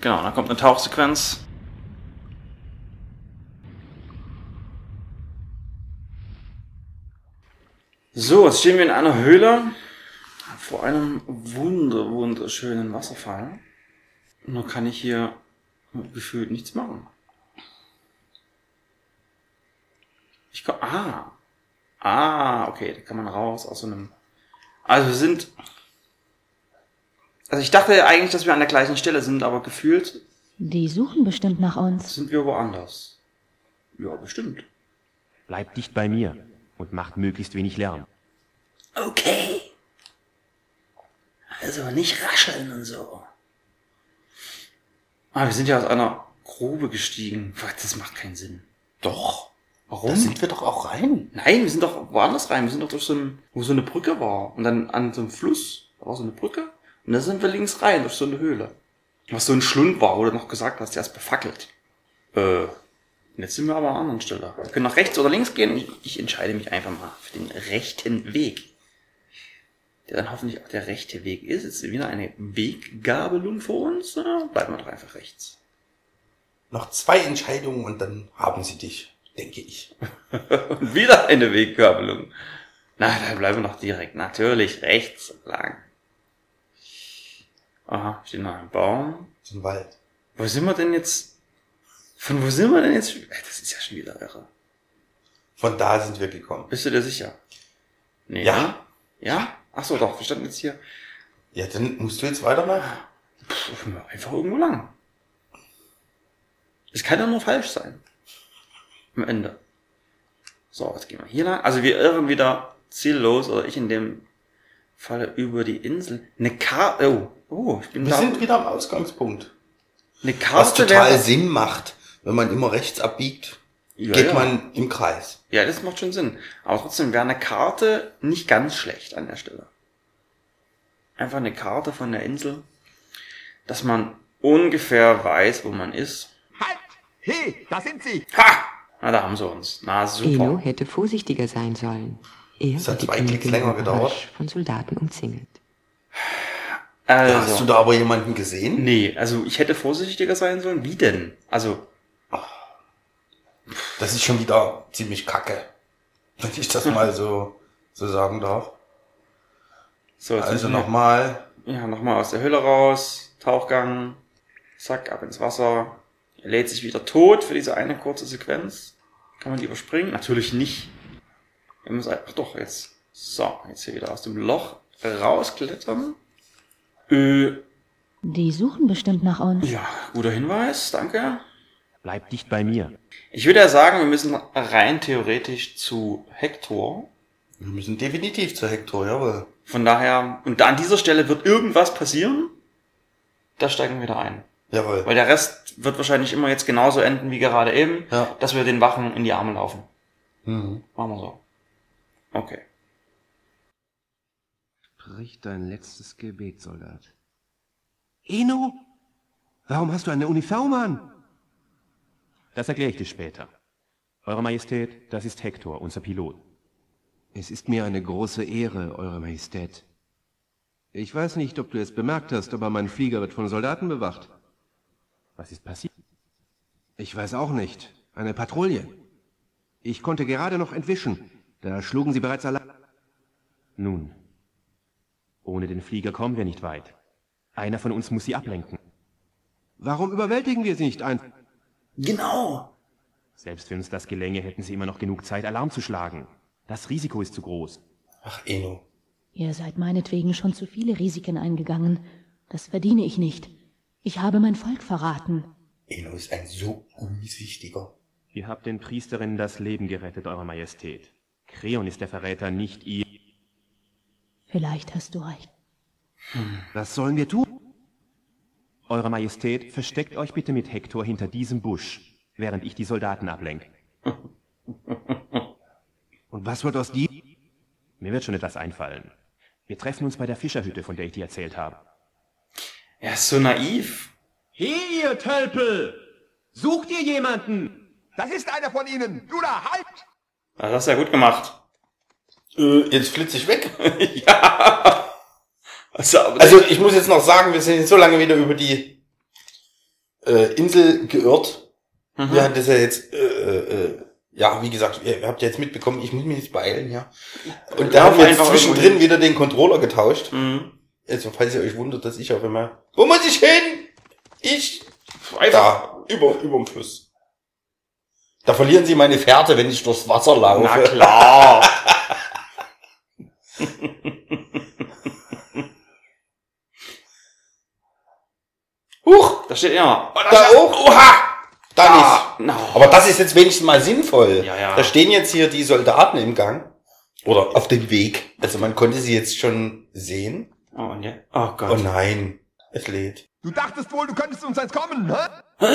S3: Genau, dann kommt eine Tauchsequenz. So, jetzt stehen wir in einer Höhle vor einem wunder, wunderschönen Wasserfall. Nur kann ich hier gefühlt nichts machen. Ich komm, ah. Ah, okay, da kann man raus aus so einem. Also wir sind also ich dachte ja eigentlich, dass wir an der gleichen Stelle sind, aber gefühlt
S7: Die suchen bestimmt nach uns.
S3: sind wir woanders. Ja, bestimmt.
S6: Bleibt dicht bei mir und macht möglichst wenig Lärm.
S10: Okay. Also nicht rascheln und so.
S3: Ah, wir sind ja aus einer Grube gestiegen. Was, das macht keinen Sinn.
S2: Doch.
S3: Warum?
S2: Da sind wir doch auch rein.
S3: Nein, wir sind doch woanders rein. Wir sind doch durch so ein, wo so eine Brücke war. Und dann an so einem Fluss da war so eine Brücke. Und da sind wir links rein, durch so eine Höhle. Was so ein Schlund war, wo du noch gesagt hast, der ist befackelt. Äh, jetzt sind wir aber an einer anderen Stelle. Wir können nach rechts oder links gehen. Ich, ich entscheide mich einfach mal für den rechten Weg. Der dann hoffentlich auch der rechte Weg ist. Jetzt ist wieder eine Weggabelung vor uns. Na, bleiben wir doch einfach rechts.
S2: Noch zwei Entscheidungen und dann haben sie dich, denke ich.
S3: Und wieder eine Weggabelung. Na, dann bleiben wir noch direkt. Natürlich rechts lang. Aha, steht noch ein Baum.
S2: So ein Wald.
S3: Wo sind wir denn jetzt? Von wo sind wir denn jetzt? Ey, Das ist ja schon wieder irre.
S2: Von da sind wir gekommen.
S3: Bist du dir sicher? Nee. ne?
S2: Ja. Ja? Achso, doch, wir standen jetzt hier. Ja, dann musst du jetzt weiter nach. Puh, einfach irgendwo lang.
S3: Es kann ja nur falsch sein. Am Ende. So, jetzt gehen wir hier lang. Also wir irren wieder ziellos, oder ich in dem Falle über die Insel. Eine Karte. Oh, oh, ich bin
S2: Wir
S3: da.
S2: sind wieder am Ausgangspunkt.
S3: Eine
S2: Was
S3: Karte
S2: total
S3: wäre-
S2: Sinn macht, wenn man immer rechts abbiegt,
S3: Ja,
S2: geht
S3: ja.
S2: man im Kreis.
S3: Ja, das macht schon Sinn. Aber trotzdem wäre eine Karte nicht ganz schlecht an der Stelle. Einfach eine Karte von der Insel, dass man ungefähr weiß, wo man ist.
S9: Hey, da sind sie!
S3: Na, da haben sie uns. Na, super.
S12: Eno hätte vorsichtiger sein sollen. Er
S3: Das hat
S12: wurde
S3: zwei
S12: von
S3: Klicks
S12: dem
S3: länger
S12: Orage
S3: gedauert.
S12: Von Soldaten umzingelt.
S3: Also.
S2: hast du da aber jemanden gesehen?
S3: Nee, also ich hätte vorsichtiger sein sollen. Wie denn? Also.
S2: Das ist schon wieder ziemlich kacke. Wenn ich das mal so, so sagen darf.
S3: So, jetzt
S2: Also
S3: müssen wir-
S2: nochmal.
S3: Ja, nochmal aus der Höhle raus, Tauchgang, zack, ab ins Wasser. Er lädt sich wieder tot für diese eine kurze Sequenz. Kann man die überspringen? Natürlich nicht. Wir müssen einfach doch jetzt. So, jetzt hier wieder aus dem Loch rausklettern. Äh,
S7: Die suchen bestimmt nach uns.
S3: Ja. guter Hinweis, danke.
S6: Bleib dicht bei mir.
S3: Ich würde ja sagen, wir müssen rein theoretisch zu Hector.
S2: Wir müssen definitiv zu Hector, jawohl.
S3: Von daher, und da an dieser Stelle wird irgendwas passieren, da steigen wir da ein.
S2: Jawohl.
S3: Weil der Rest wird wahrscheinlich immer jetzt genauso enden wie gerade eben, dass wir den Wachen in die Arme laufen.
S2: Mhm.
S3: Machen wir so. Okay.
S13: Sprich dein letztes Gebet, Soldat. Eno? Warum hast du eine Uniform an?
S6: Das erkläre ich dir später. Eure Majestät, das ist Hector, unser Pilot.
S13: Es ist mir eine große Ehre, Eure Majestät. Ich weiß nicht, ob du es bemerkt hast, aber mein Flieger wird von Soldaten bewacht.
S6: Was ist passiert?
S13: Ich weiß auch nicht. Eine Patrouille. Ich konnte gerade noch entwischen. Da schlugen sie bereits allein.
S6: Nun, ohne den Flieger kommen wir nicht weit. Einer von uns muss sie ablenken.
S13: Warum überwältigen wir sie nicht ein?
S3: Genau.
S6: Selbst wenn uns das gelänge, hätten sie immer noch genug Zeit, Alarm zu schlagen. Das Risiko ist zu groß.
S2: Ach, Eno.
S7: Ihr seid meinetwegen schon zu viele Risiken eingegangen. Das verdiene ich nicht. Ich habe mein Volk verraten.
S2: Eno ist ein so unwichtiger.
S6: Ihr habt den Priesterinnen das Leben gerettet, Eure Majestät. Kreon ist der Verräter, nicht ihr.
S7: Vielleicht hast du recht.
S13: Was sollen wir tun?
S6: Eure Majestät, versteckt euch bitte mit Hector hinter diesem Busch, während ich die Soldaten ablenke.
S13: Und was wird aus die?
S6: Mir wird schon etwas einfallen. Wir treffen uns bei der Fischerhütte, von der ich dir erzählt habe.
S3: Er ist so naiv.
S13: Hey, ihr Tölpel! Sucht ihr jemanden?
S9: Das ist einer von ihnen! Du da, halt!
S3: Also das hast du ja gut gemacht.
S2: Äh, jetzt flitze ich weg.
S3: ja. Also, aber
S2: Also ich muss jetzt noch sagen, wir sind jetzt so lange wieder über die äh, Insel geirrt.
S3: Mhm.
S2: Wir hatten das ja jetzt, äh, äh, äh, ja, wie gesagt, ihr habt ja jetzt mitbekommen, ich muss mich jetzt beeilen, ja. Und da
S3: Lauf
S2: haben
S3: einfach
S2: wir jetzt
S3: irgendwo
S2: zwischendrin
S3: hin.
S2: wieder den Controller getauscht.
S3: Mhm.
S2: Also falls ihr euch wundert, dass ich auf einmal, wo muss ich hin? Ich, da, über, überm Fluss. Da verlieren sie meine Fährte, wenn ich durchs Wasser laufe.
S3: Na klar.
S2: Huch,
S3: da steht Oh, er.
S2: Da, auch, oha! Da nicht. Aber das ist jetzt wenigstens mal sinnvoll.
S3: Ja, ja.
S2: Da stehen jetzt hier die Soldaten im Gang. Oder auf dem Weg. Also man konnte sie jetzt schon sehen.
S3: Oh, und ja. oh Gott.
S2: Oh nein, es lädt.
S9: Du dachtest wohl, du könntest uns entkommen, hä?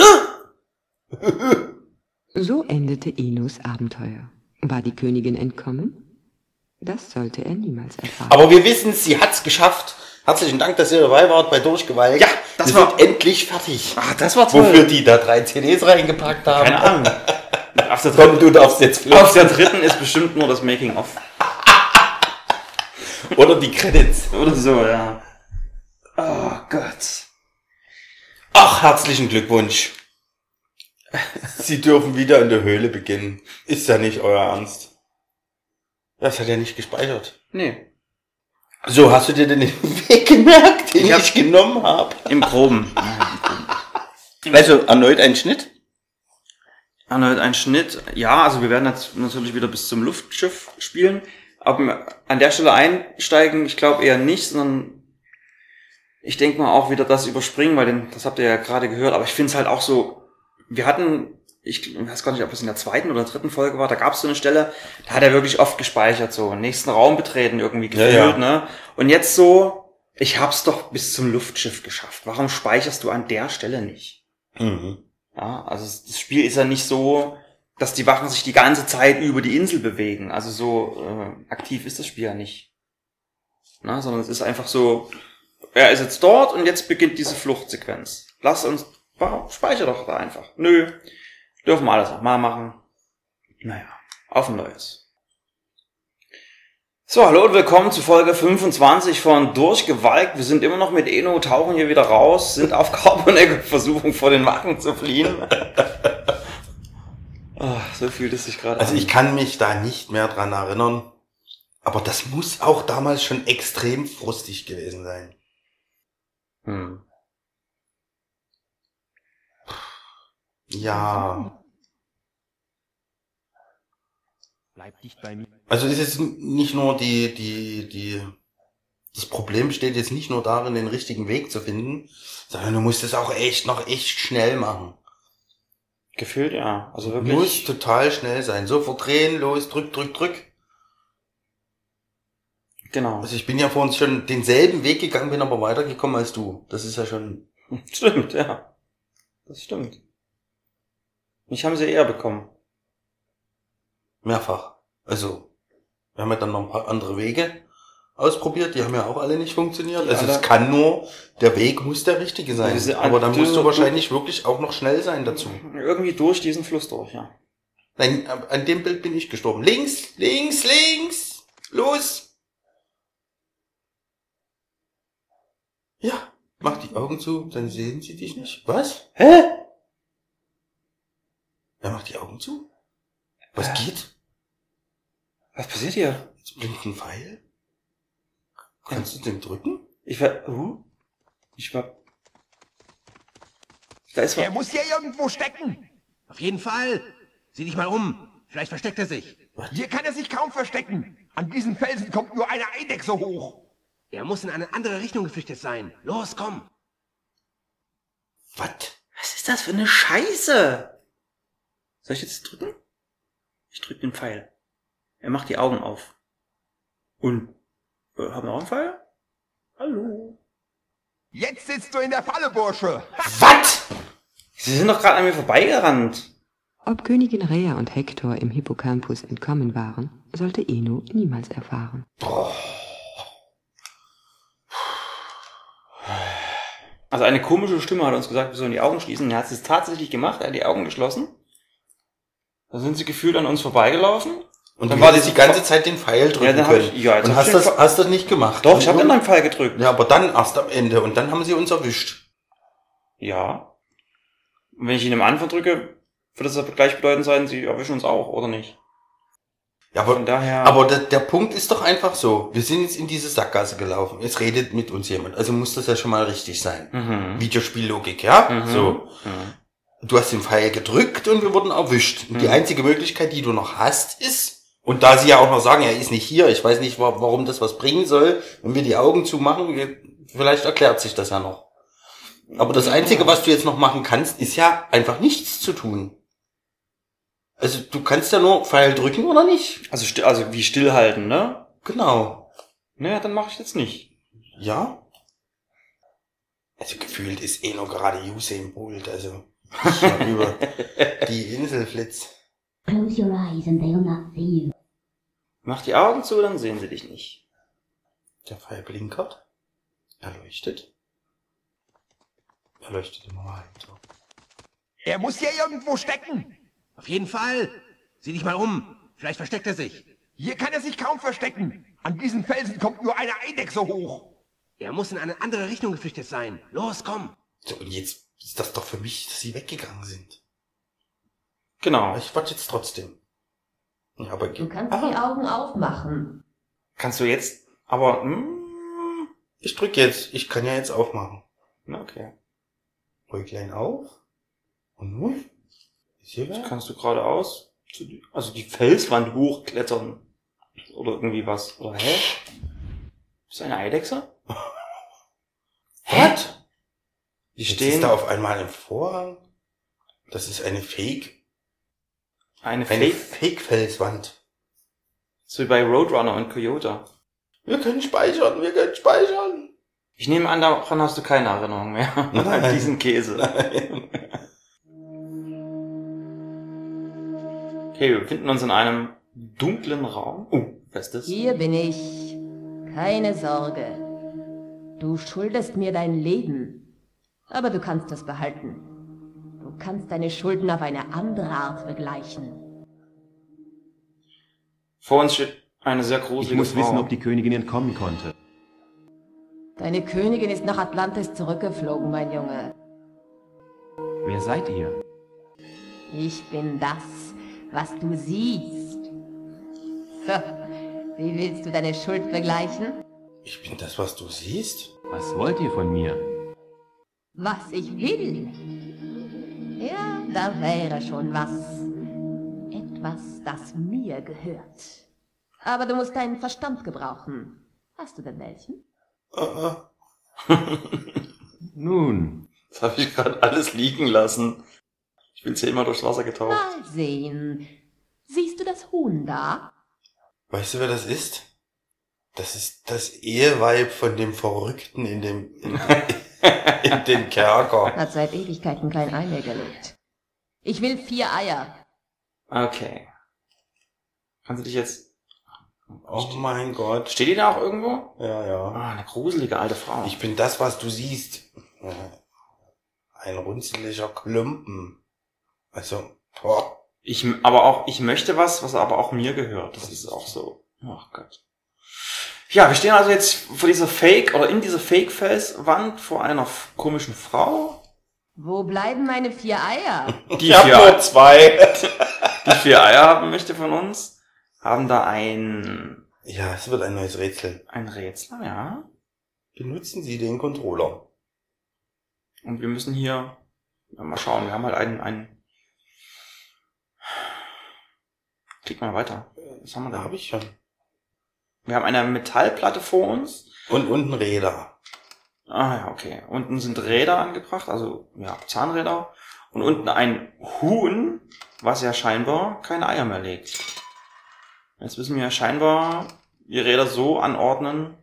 S12: So endete Enos Abenteuer. War die Königin entkommen? Das sollte er niemals erfahren.
S2: Aber wir wissen, sie hat's geschafft. Herzlichen Dank, dass ihr dabei wart bei Durchgewalt. Ja, das wir war sind endlich fertig. Ah,
S3: das war toll.
S2: Wofür die da drei CDs reingepackt haben.
S3: Keine Ahnung. Auf der,
S2: Komm, du darfst jetzt
S3: auf der dritten ist bestimmt nur das Making-of.
S2: Oder die Credits.
S3: Oder so, ja. Oh Gott.
S2: Ach, herzlichen Glückwunsch. Sie dürfen wieder in der Höhle beginnen. Ist ja nicht euer Ernst. Das hat ja nicht gespeichert.
S3: Nee.
S2: So, hast du dir denn den Weg gemerkt, den ich, genommen habe?
S3: Im Groben.
S2: Also erneut ein Schnitt?
S3: halt Arnold, ein Schnitt. Ja, also wir werden jetzt natürlich wieder bis zum Luftschiff spielen. Ob wir an der Stelle einsteigen, ich glaube eher nicht, sondern ich denke mal auch wieder das überspringen, weil den, das habt ihr ja gerade gehört, aber ich finde es halt auch so, wir hatten, ich weiß gar nicht, ob es in der zweiten oder dritten Folge war, da gab es so eine Stelle, da hat er wirklich oft gespeichert, so nächsten Raum betreten irgendwie
S2: Ja,
S3: gefühlt,
S2: ja.
S3: ne? Und jetzt so, ich hab's doch bis zum Luftschiff geschafft. Warum speicherst du an der Stelle nicht?
S2: Mhm.
S3: Ja, also es- das Spiel ist ja nicht so, dass die Wachen sich die ganze Zeit über die Insel bewegen. Also so äh, aktiv ist das Spiel ja nicht. Na, sondern es ist einfach so, er ist jetzt dort und jetzt beginnt diese Fluchtsequenz. Lass uns, warum, speicher doch da einfach. Nö, dürfen wir alles nochmal machen. Naja, auf ein neues. So, hallo und willkommen zu Folge 25 von Durchgewalkt. Wir sind immer noch mit Eno, tauchen hier wieder raus, sind auf Carbonek und versuchen vor den Wachen zu fliehen. Ah, so fühlt es sich gerade
S2: Also
S3: an.
S2: ich kann mich da nicht mehr dran erinnern. Aber das muss auch damals schon extrem frustig gewesen sein.
S3: Hm.
S2: Ja.
S6: Bleib dicht bei mir.
S2: Also ist jetzt n- nicht nur die, die, die, das Problem steht jetzt nicht nur darin, den richtigen Weg zu finden, sondern du musst es auch echt noch echt schnell machen.
S3: Gefühlt ja. Also wirklich.
S2: Muss total schnell sein. Sofort drehen, los, drück, drück, drück.
S3: Genau.
S2: Also ich bin ja vor uns schon denselben Weg gegangen, bin aber weitergekommen als du. Das ist ja schon.
S3: Stimmt, ja. Das stimmt. Mich haben sie eher bekommen.
S2: Mehrfach. Also, wir haben ja dann noch ein paar andere Wege ausprobiert, die haben ja auch alle nicht funktioniert.
S3: Die
S2: Also es
S3: alle-
S2: kann nur, der Weg muss der richtige sein.
S3: Diese
S2: aber dann musst du
S3: Akteure-
S2: wahrscheinlich wirklich auch noch schnell sein dazu.
S3: Irgendwie durch diesen Fluss durch, ja.
S2: Nein, ab- an dem Bild bin ich gestorben. Links, links, links, los. Ja, mach die Augen zu, dann sehen sie dich nicht. Was? Hä? Er macht die Augen zu. Was geht?
S3: Was passiert hier?
S2: Jetzt blinkt ein Pfeil. Kannst du den drücken?
S3: Ich war. Uh, ich war. Da ist
S13: Er muss hier irgendwo stecken. Auf jeden Fall. Sieh dich mal um. Vielleicht versteckt er sich.
S9: Hier kann er sich kaum verstecken. An diesen Felsen kommt nur eine Eidechse hoch.
S13: Er muss in eine andere Richtung geflüchtet sein. Los, komm.
S3: Was ist das für eine Scheiße? Soll ich jetzt drücken? Ich drück den Pfeil. Er macht die Augen auf. Und äh, haben wir auch einen Pfeil? Hallo.
S9: Jetzt sitzt du in der Falle, Bursche.
S3: Sie sind doch gerade an mir vorbeigerannt.
S12: Ob Königin Rhea und Hector im Hippocampus entkommen waren, sollte Eno niemals erfahren.
S3: Also eine komische Stimme hat uns gesagt, wir sollen die Augen schließen. Er hat es tatsächlich gemacht, er hat die Augen geschlossen. Dann sind sie gefühlt an uns vorbeigelaufen.
S2: Und dann war das die ganze Zeit den Pfeil drücken
S3: Ja, dann hab
S2: können.
S3: ich, ja, jetzt
S2: und
S3: hab
S2: hast
S3: ich
S2: das,
S3: den Pfeil-
S2: hast das nicht gemacht.
S3: Doch, ich hab dann einen
S2: Pfeil
S3: gedrückt.
S2: Ja, aber dann erst am Ende und dann haben sie uns erwischt.
S3: Ja. Und wenn ich ihn am Anfang drücke, wird das aber gleichbedeutend sein, sie erwischen uns auch, oder nicht?
S2: Ja, aber,
S3: Von daher.
S2: aber der, der Punkt ist doch einfach so. Wir sind jetzt in diese Sackgasse gelaufen. Jetzt redet mit uns jemand. Also muss das ja schon mal richtig sein.
S3: Mhm.
S2: Videospiellogik, ja?
S3: Mhm.
S2: So.
S3: Mhm.
S2: Du hast den Pfeil gedrückt und wir wurden erwischt. Und die
S3: Mhm.
S2: einzige Möglichkeit, die du noch hast, ist, und da sie ja auch noch sagen, er ist nicht hier, ich weiß nicht, wa- warum das was bringen soll, wenn wir die Augen zumachen, wir- vielleicht erklärt sich das ja noch. Aber das Einzige, was du jetzt noch machen kannst, ist ja einfach nichts zu tun. Also du kannst ja nur Pfeil drücken oder nicht.
S3: Also, sti- also wie stillhalten, ne?
S2: Genau.
S3: Naja, dann mache ich jetzt nicht.
S2: Ja? Also gefühlt ist eh nur gerade Usain Bolt, also hier über die Insel flitzt.
S14: Close your eyes and they'll not see you.
S3: Mach die Augen zu, dann sehen sie dich nicht.
S2: Der Pfeil blinkert. Er leuchtet. Er leuchtet immer weiter.
S9: Er muss hier irgendwo stecken.
S13: Auf jeden Fall. Sieh dich mal um. Vielleicht versteckt er sich.
S9: Hier kann er sich kaum verstecken. An diesen Felsen kommt nur eine Eidechse hoch.
S13: Er muss in eine andere Richtung geflüchtet sein. Los, komm.
S2: So, und jetzt ist das doch für mich, dass sie weggegangen sind.
S3: Genau.
S2: Ich warte jetzt trotzdem. Ja, aber
S8: Du kannst die Augen aufmachen.
S3: Kannst du jetzt, aber, hm?
S2: ich drück jetzt. Ich kann ja jetzt aufmachen.
S3: Na, okay.
S2: Rücklein auf. Und nun? Ist hier
S3: Jetzt kannst du geradeaus, zu, die- also die Felswand hochklettern. Oder irgendwie was. Oder hä? Ist eine Eidechse? What?
S2: Die stehen Jetzt ist da auf einmal ein Vorhang. Das ist eine Fake.
S3: Eine,
S2: Eine
S3: Fake?
S2: Fake-Felswand.
S3: So wie bei Roadrunner und Toyota.
S2: Wir können speichern, wir können speichern.
S3: Ich nehme an, daran hast du keine Erinnerung mehr. An
S2: Nein.
S3: diesen Käse. Okay, wir befinden uns in einem dunklen Raum. Oh, festes.
S8: Hier bin ich. Keine Sorge. Du schuldest mir dein Leben. Aber du kannst es behalten. Du kannst deine Schulden auf eine andere Art begleichen.
S3: Vor uns steht eine sehr große
S6: Ich muss wissen, ob die Königin entkommen konnte.
S8: Deine Königin ist nach Atlantis zurückgeflogen, mein Junge.
S6: Wer seid ihr?
S8: Ich bin das, was du siehst. So, wie willst du deine Schuld begleichen?
S2: Ich bin das, was du siehst.
S6: Was wollt ihr von mir?
S8: Was ich will. Ja, da wäre schon was. Etwas, das mir gehört. Aber du musst deinen Verstand gebrauchen. Hast du denn welchen?
S2: Äh,
S6: Nun.
S3: Das habe ich gerade alles liegen lassen. Ich bin zehnmal durchs Wasser getaucht.
S8: Mal sehen. Siehst du das Huhn da?
S2: Weißt du, wer das ist? Das ist das Eheweib von dem Verrückten in dem, in, in dem Kerker.
S8: Hat seit Ewigkeiten kein Ei mehr gelegt. Ich will vier Eier.
S3: Okay. Kannst du dich jetzt...
S2: Oh mein Gott.
S3: Steht die da auch irgendwo?
S2: Ja, ja.
S3: Ah, eine gruselige alte Frau.
S2: Ich bin das, was du siehst. Ja. Ein runzeliger Klumpen. Also, boah.
S3: Ich, aber auch, ich möchte was, was aber auch mir gehört. Das ist auch so. Ach Gott. Ja, wir stehen also jetzt vor dieser Fake oder in dieser Fake-Felswand vor einer f- komischen Frau.
S8: Wo bleiben meine vier Eier?
S3: Die vier Eier, zwei. Die vier Eier haben möchte von uns. Haben da ein,
S2: Ja, es wird ein neues Rätsel.
S3: ein Rätsel, ja.
S2: Benutzen Sie den Controller.
S3: Und wir müssen hier, ja, mal schauen, wir haben halt einen, einen, klick mal weiter. Was haben wir da?
S2: Hab ich schon.
S3: Wir haben eine Metallplatte vor uns.
S2: Und unten Räder.
S3: Ah ja, okay. Unten sind Räder angebracht, also ja, Zahnräder. Und unten ein Huhn, was ja scheinbar keine Eier mehr legt. Jetzt müssen wir ja scheinbar die Räder so anordnen,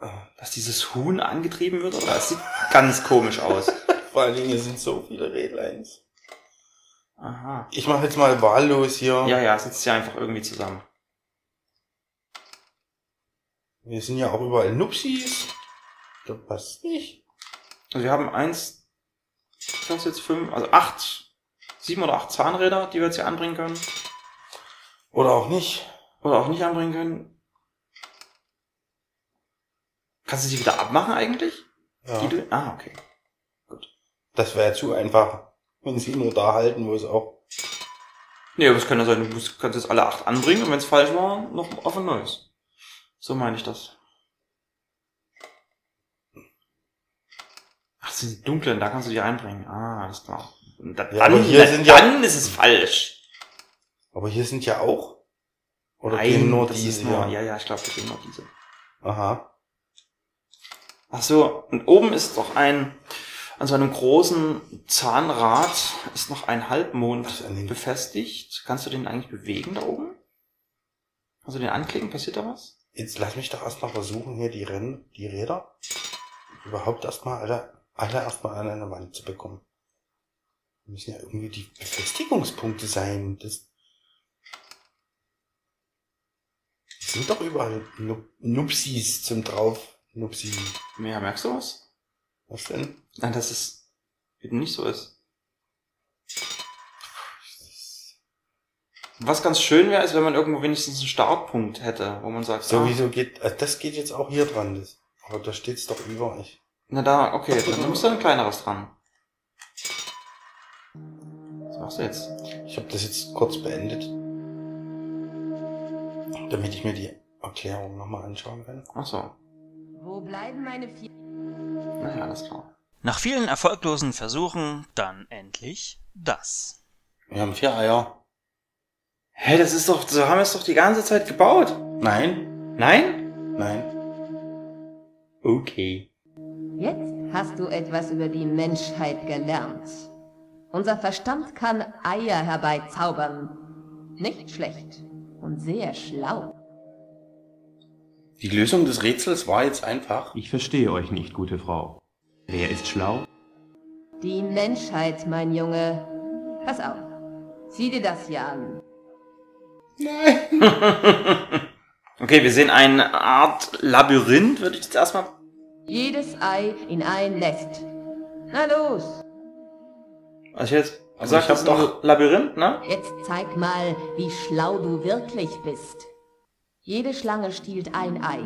S3: äh, dass dieses Huhn angetrieben wird. Oder das sieht ganz komisch aus.
S2: Vor allen Dingen sind so viele Rädleins.
S3: Aha.
S2: Ich mache jetzt mal wahllos hier.
S3: Ja, ja, es sitzt ja einfach irgendwie zusammen.
S2: Wir sind ja auch überall Nupsis. Da passt nicht.
S3: Also wir haben eins, was hast du jetzt fünf, also acht, sieben oder acht Zahnräder, die wir jetzt hier anbringen können.
S2: Oder auch nicht.
S3: Oder auch nicht anbringen können. Kannst du die wieder abmachen eigentlich?
S2: Ja.
S3: Die du, ah, okay.
S2: Das wäre zu einfach. Wenn sie nur da halten, wo es auch.
S3: Nee, aber es kann ja sein, du musst- kannst jetzt alle acht anbringen und wenn es falsch war, noch auf ein neues. So meine ich das. Ach, das sind die dunklen, da kannst du die einbringen. Ah, alles klar. Und da- dann,
S2: Ja, aber hier sind ja-
S3: dann ist es falsch.
S2: Aber hier sind ja auch. Oder
S3: Nein,
S2: gehen nur
S3: das
S2: diese
S3: ist nur,
S2: hier?
S3: ja, ja, ich glaube, wir gehen nur diese.
S2: Aha.
S3: Ach so, und oben ist doch ein, an so einem großen Zahnrad ist noch ein Halbmond befestigt. Kannst du den eigentlich bewegen da oben? Kannst du den anklicken? Passiert da was?
S2: Jetzt lass mich doch erstmal versuchen, hier die Rennen, die Räder überhaupt erstmal alle, alle erstmal an eine Wand zu bekommen. Da müssen ja irgendwie die Befestigungspunkte sein. Das die sind doch überall Nup Nupsis zum drauf. Nupsi.
S3: Ja, merkst du was?
S2: Was denn?
S3: Nein, dass es eben nicht so ist. Was ganz schön wäre, ist, wenn man irgendwo wenigstens einen Startpunkt hätte, wo man sagt, ah,
S2: Sowieso geht, also das geht jetzt auch hier dran. Das, aber da steht's doch über euch.
S3: Na da, okay, dann nimmst du ein kleineres dran. Was machst du jetzt?
S2: Ich habe das jetzt kurz beendet. Damit ich mir die Erklärung nochmal anschauen kann.
S3: Ach so.
S8: Wo bleiben meine vier
S3: Naja, alles klar.
S1: Nach vielen erfolglosen Versuchen dann endlich das.
S2: Wir haben vier Eier.
S3: Hä, das ist doch, so haben wir es doch die ganze Zeit gebaut.
S2: Nein.
S3: Nein?
S2: Nein.
S3: Okay.
S8: Jetzt hast du etwas über die Menschheit gelernt. Unser Verstand kann Eier herbeizaubern. Nicht schlecht und sehr schlau.
S2: Die Lösung des Rätsels war jetzt einfach.
S6: Ich verstehe euch nicht, gute Frau. Wer ist schlau?
S8: Die Menschheit, mein Junge. Pass auf. Sieh dir das hier an.
S3: Okay, wir sehen eine Art Labyrinth, würde ich jetzt erstmal.
S8: Jedes Ei in ein Nest. Na los,
S3: Also ich hätte jetzt
S2: Also ich
S3: gesagt, das
S2: hab
S3: ist ein Labyrinth, ne?
S8: jetzt zeig mal, wie schlau du wirklich bist. Jede Schlange stiehlt ein Ei,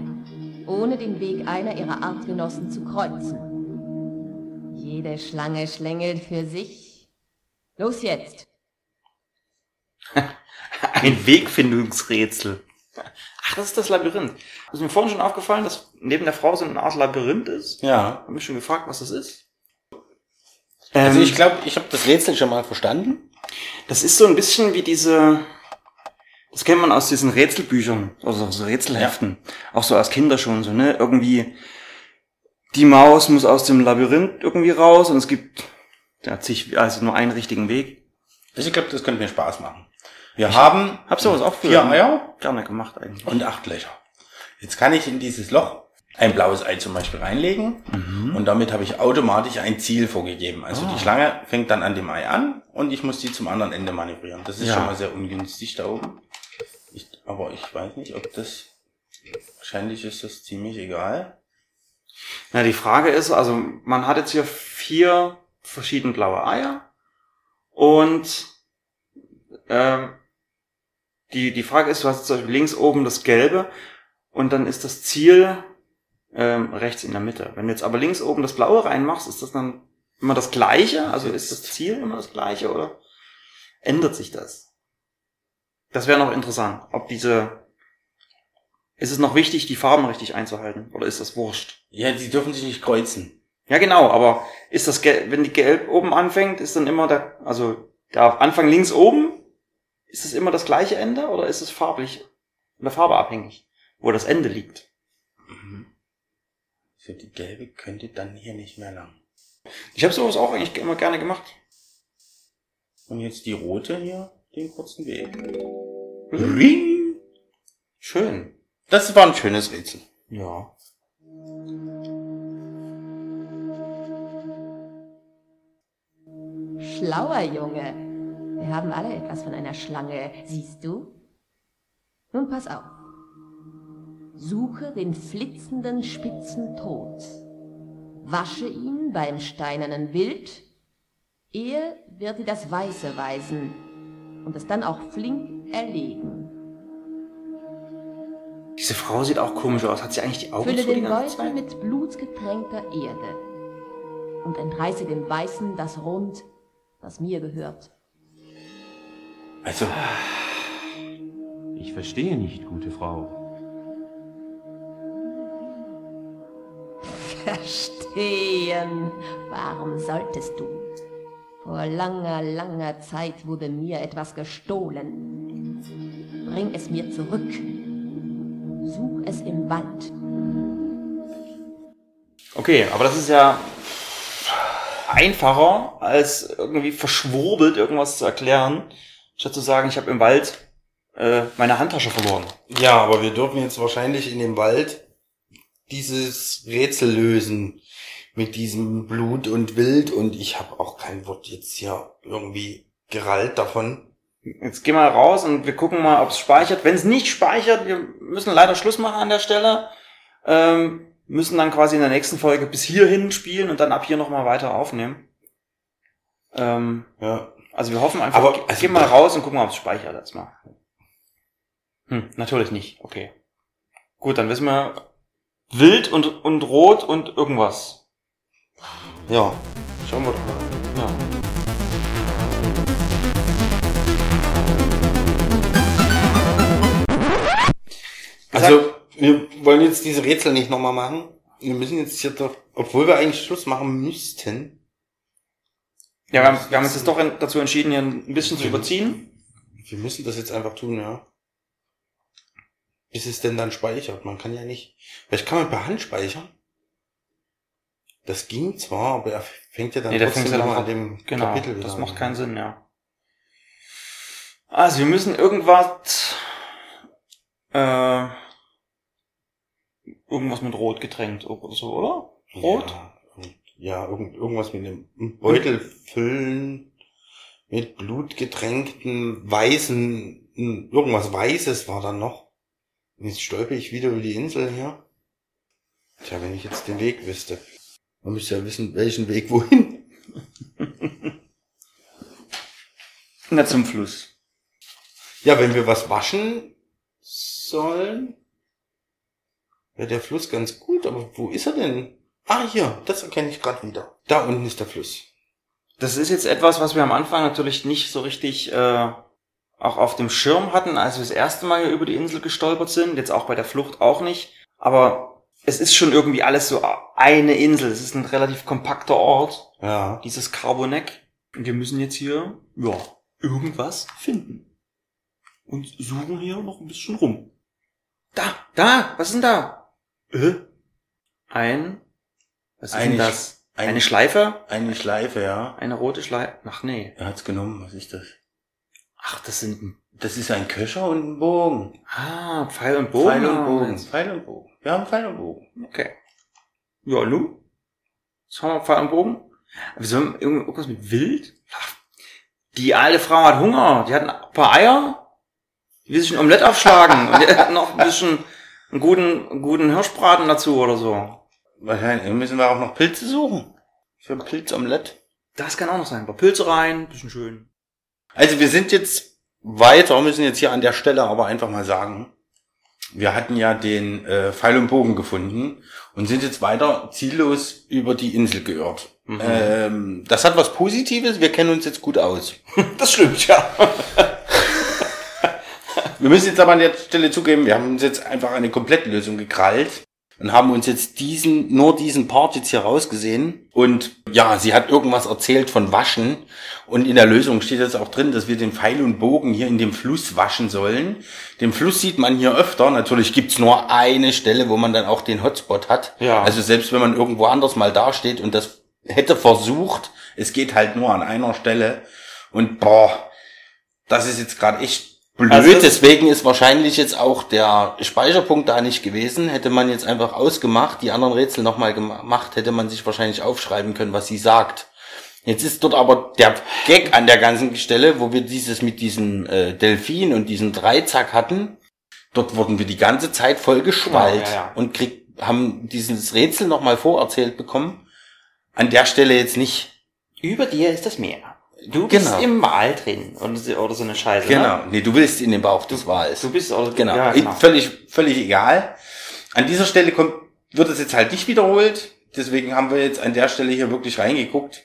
S8: ohne den Weg einer ihrer Artgenossen zu kreuzen. Jede Schlange schlängelt für sich. Los jetzt.
S3: Ein Wegfindungsrätsel. Ach, das ist das Labyrinth. Ist mir vorhin schon aufgefallen, dass neben der Frau so eine Art Labyrinth ist.
S2: Ja.
S3: Hab mich schon gefragt, was das ist.
S2: Also
S3: Ähm,
S2: ich glaube, ich habe das Rätsel schon mal verstanden.
S3: Das ist so ein bisschen wie diese, das kennt man aus diesen Rätselbüchern, also so Rätselheften, auch so als Kinder schon so, ne? Irgendwie die Maus muss aus dem Labyrinth irgendwie raus und es gibt da zig, also nur einen richtigen Weg.
S2: Also ich glaube, das könnte mir Spaß machen. Wir haben
S3: hab sowas auch
S2: vier Eier
S3: gerne gemacht eigentlich.
S2: und acht Löcher. Jetzt kann ich in dieses Loch ein blaues Ei zum Beispiel reinlegen und damit habe ich automatisch ein Ziel vorgegeben. Also
S3: Mhm. Ah.
S2: die Schlange fängt dann an dem Ei an und ich muss die zum anderen Ende manövrieren. Das ist
S3: Ja.
S2: schon mal sehr ungünstig da oben. Ich, aber ich weiß nicht, ob das... Wahrscheinlich ist das ziemlich egal.
S3: Na, die Frage ist, also man hat jetzt hier vier verschieden blaue Eier und ähm, die, die Frage ist, du hast zum Beispiel links oben das gelbe und dann ist das Ziel ähm, rechts in der Mitte. Wenn du jetzt aber links oben das blaue reinmachst, ist das dann immer das gleiche? Also ist das Ziel immer das gleiche oder ändert sich das? Das wäre noch interessant, ob diese... Ist es noch wichtig, die Farben richtig einzuhalten oder ist das wurscht?
S2: Ja, die dürfen sich nicht kreuzen.
S3: Ja, genau, aber ist das Gelb, wenn die Gelb oben anfängt, ist dann immer der, also der Anfang links oben, ist es immer das gleiche Ende oder ist es farblich, von der Farbe abhängig, wo das Ende liegt?
S2: So, die gelbe könnte dann hier nicht mehr lang.
S3: Ich habe sowas auch eigentlich immer gerne gemacht.
S2: Und jetzt die rote hier, den kurzen Weg.
S3: Schön.
S2: Das war ein schönes Rätsel.
S3: Ja.
S8: Schlauer Junge. Wir haben alle etwas von einer Schlange, siehst du? Nun pass auf. Suche den flitzenden spitzen Tod. Wasche ihn beim steinernen Wild. Er wird dir das Weiße weisen und es dann auch flink erlegen.
S3: Diese Frau sieht auch komisch aus. Hat sie eigentlich die Augen
S8: Fülle
S3: zu die
S8: den
S3: ganze Zeit?
S8: Beutel mit blutgetränkter Erde und entreiße dem Weißen das Rund, das mir gehört.
S2: Also,
S6: Ich verstehe nicht, gute Frau.
S8: Verstehen. Warum solltest du? Vor langer, langer Zeit wurde mir etwas gestohlen. Bring es mir zurück. Such es im Wald.
S3: Okay, aber das ist ja einfacher, als irgendwie verschwurbelt irgendwas zu erklären, statt zu sagen, ich habe im Wald äh, meine Handtasche verloren.
S2: ja, aber wir dürfen jetzt wahrscheinlich in dem Wald dieses Rätsel lösen mit diesem Blut und Wild und ich habe auch kein Wort jetzt hier irgendwie gerallt davon.
S3: Jetzt gehen wir raus und wir gucken mal, ob es speichert. Wenn es nicht speichert, wir müssen leider Schluss machen an der Stelle. Ähm, müssen dann quasi in der nächsten Folge bis hierhin spielen und dann ab hier nochmal weiter aufnehmen. Ähm,
S2: Ja.
S3: also wir hoffen einfach,
S2: Aber-
S3: ge-
S2: also-
S3: gehen mal raus und gucken, ob es speichert erstmal. Hm, natürlich nicht. Okay. Gut, dann wissen wir wild und, und rot und irgendwas.
S2: Ja.
S3: Schauen wir doch mal. Ja.
S2: Also, wir wollen jetzt diese Rätsel nicht nochmal machen. Wir müssen jetzt hier doch, obwohl wir eigentlich Schluss machen müssten. Mhm.
S3: Ja, wir haben, wir haben uns jetzt doch en- dazu entschieden, hier ein bisschen zu überziehen.
S2: Wir müssen das jetzt einfach tun, ja. Bis es denn dann speichert. Man kann ja nicht. Vielleicht kann man per Hand speichern. Das ging zwar, aber er fängt ja dann
S3: Nee, da fängst du dann
S2: nochmal
S3: an
S2: an dem
S3: genau,
S2: Kapitel wieder
S3: Das
S2: an.
S3: macht keinen Sinn, ja. Also wir müssen irgendwas äh, irgendwas mit Rot getränkt oder so, oder? Rot?
S2: Ja, irgend, irgendwas mit einem hm, Beutel füllen, mit Blut getränkten, weißen, hm, irgendwas Weißes war dann noch. Und jetzt stolper ich wieder über die Insel hier. Tja, wenn ich jetzt den Weg wüsste. Man müsste ja wissen, welchen Weg wohin.
S3: Na, zum Fluss.
S2: Ja, wenn wir was waschen sollen, wäre der Fluss ganz gut, aber wo ist er denn? Ah, hier, das erkenne ich gerade wieder. Da unten ist der Fluss.
S3: Das ist jetzt etwas, was wir am Anfang natürlich nicht so richtig äh, auch auf dem Schirm hatten, als wir das erste Mal hier über die Insel gestolpert sind. Jetzt auch bei der Flucht auch nicht. Aber es ist schon irgendwie alles so eine Insel. Es ist ein relativ kompakter Ort.
S2: Ja.
S3: Dieses Carbonek. Und wir müssen jetzt hier, ja, irgendwas finden. Und suchen hier noch ein bisschen rum. Da, da, was ist denn da? Äh? Ein, was ist denn das?
S2: Eine,
S3: Schleife?
S2: Eine Schleife, ja.
S3: Eine rote Schleife? Ach nee.
S2: Er hat's genommen, was ist das?
S3: Ach, das sind ein...
S2: Das ist ein Köcher und ein Bogen.
S3: Ah, Pfeil und Bogen.
S2: Pfeil und
S3: haben wir
S2: Bogen.
S3: jetzt.
S2: Pfeil und Bogen. Wir haben Pfeil und Bogen.
S3: Okay. Ja, nu? Jetzt haben wir Pfeil und Bogen. Wieso haben wir irgend- irgendwas mit Wild? Ach, Die alte Frau hat Hunger. Die hat ein paar Eier. Die will sich ein Omelett aufschlagen. und die hat noch ein bisschen einen guten, einen guten Hirschbraten dazu oder so.
S2: Wahrscheinlich müssen wir auch noch Pilze suchen. Für ein Pilzomelett.
S3: Das kann auch noch sein. Ein paar Pilze rein, bisschen schön.
S2: Also wir sind jetzt weiter, müssen jetzt hier an der Stelle aber einfach mal sagen, wir hatten ja den äh, Pfeil und Bogen gefunden und sind jetzt weiter ziellos über die Insel geirrt.
S3: Mhm.
S2: Ähm, das hat was Positives, wir kennen uns jetzt gut aus.
S3: Das stimmt, ja.
S2: Wir müssen jetzt aber an der Stelle zugeben, wir haben uns jetzt einfach eine Komplettlösung gekrallt und haben uns jetzt diesen, nur diesen Part jetzt hier rausgesehen. Und ja, sie hat irgendwas erzählt von Waschen. Und in der Lösung steht jetzt auch drin, dass wir den Pfeil und Bogen hier in dem Fluss waschen sollen. Den Fluss sieht man hier öfter. Natürlich gibt's nur eine Stelle, wo man dann auch den Hotspot hat.
S3: Ja.
S2: Also selbst wenn man irgendwo anders mal dasteht und das hätte versucht, es geht halt nur an einer Stelle. Und boah, das ist jetzt gerade echt blöd.
S3: Also das-
S2: Deswegen ist wahrscheinlich jetzt auch der Speicherpunkt da nicht gewesen. Hätte man jetzt einfach ausgemacht, die anderen Rätsel nochmal gemacht, hätte man sich wahrscheinlich aufschreiben können, was sie sagt. Jetzt ist dort aber der Gag an der ganzen Stelle, wo wir dieses mit diesem äh, Delfin und diesem Dreizack hatten. Dort wurden wir die ganze Zeit voll geschwallt
S3: Ja, ja, ja.
S2: und krieg, haben dieses Rätsel nochmal vorerzählt bekommen. An der Stelle jetzt nicht.
S3: Über dir ist das Meer. Du bist
S2: Genau.
S3: im Wal drin. Und, so- oder so eine Scheiße.
S2: Genau,
S3: Ne?
S2: nee, du willst in den Bauch des Wals. Du
S3: bist auch,
S2: genau.
S3: ja, genau.
S2: I- Völlig, völlig egal. An dieser Stelle kommt, wird es jetzt halt nicht wiederholt. Deswegen haben wir jetzt an der Stelle hier wirklich reingeguckt.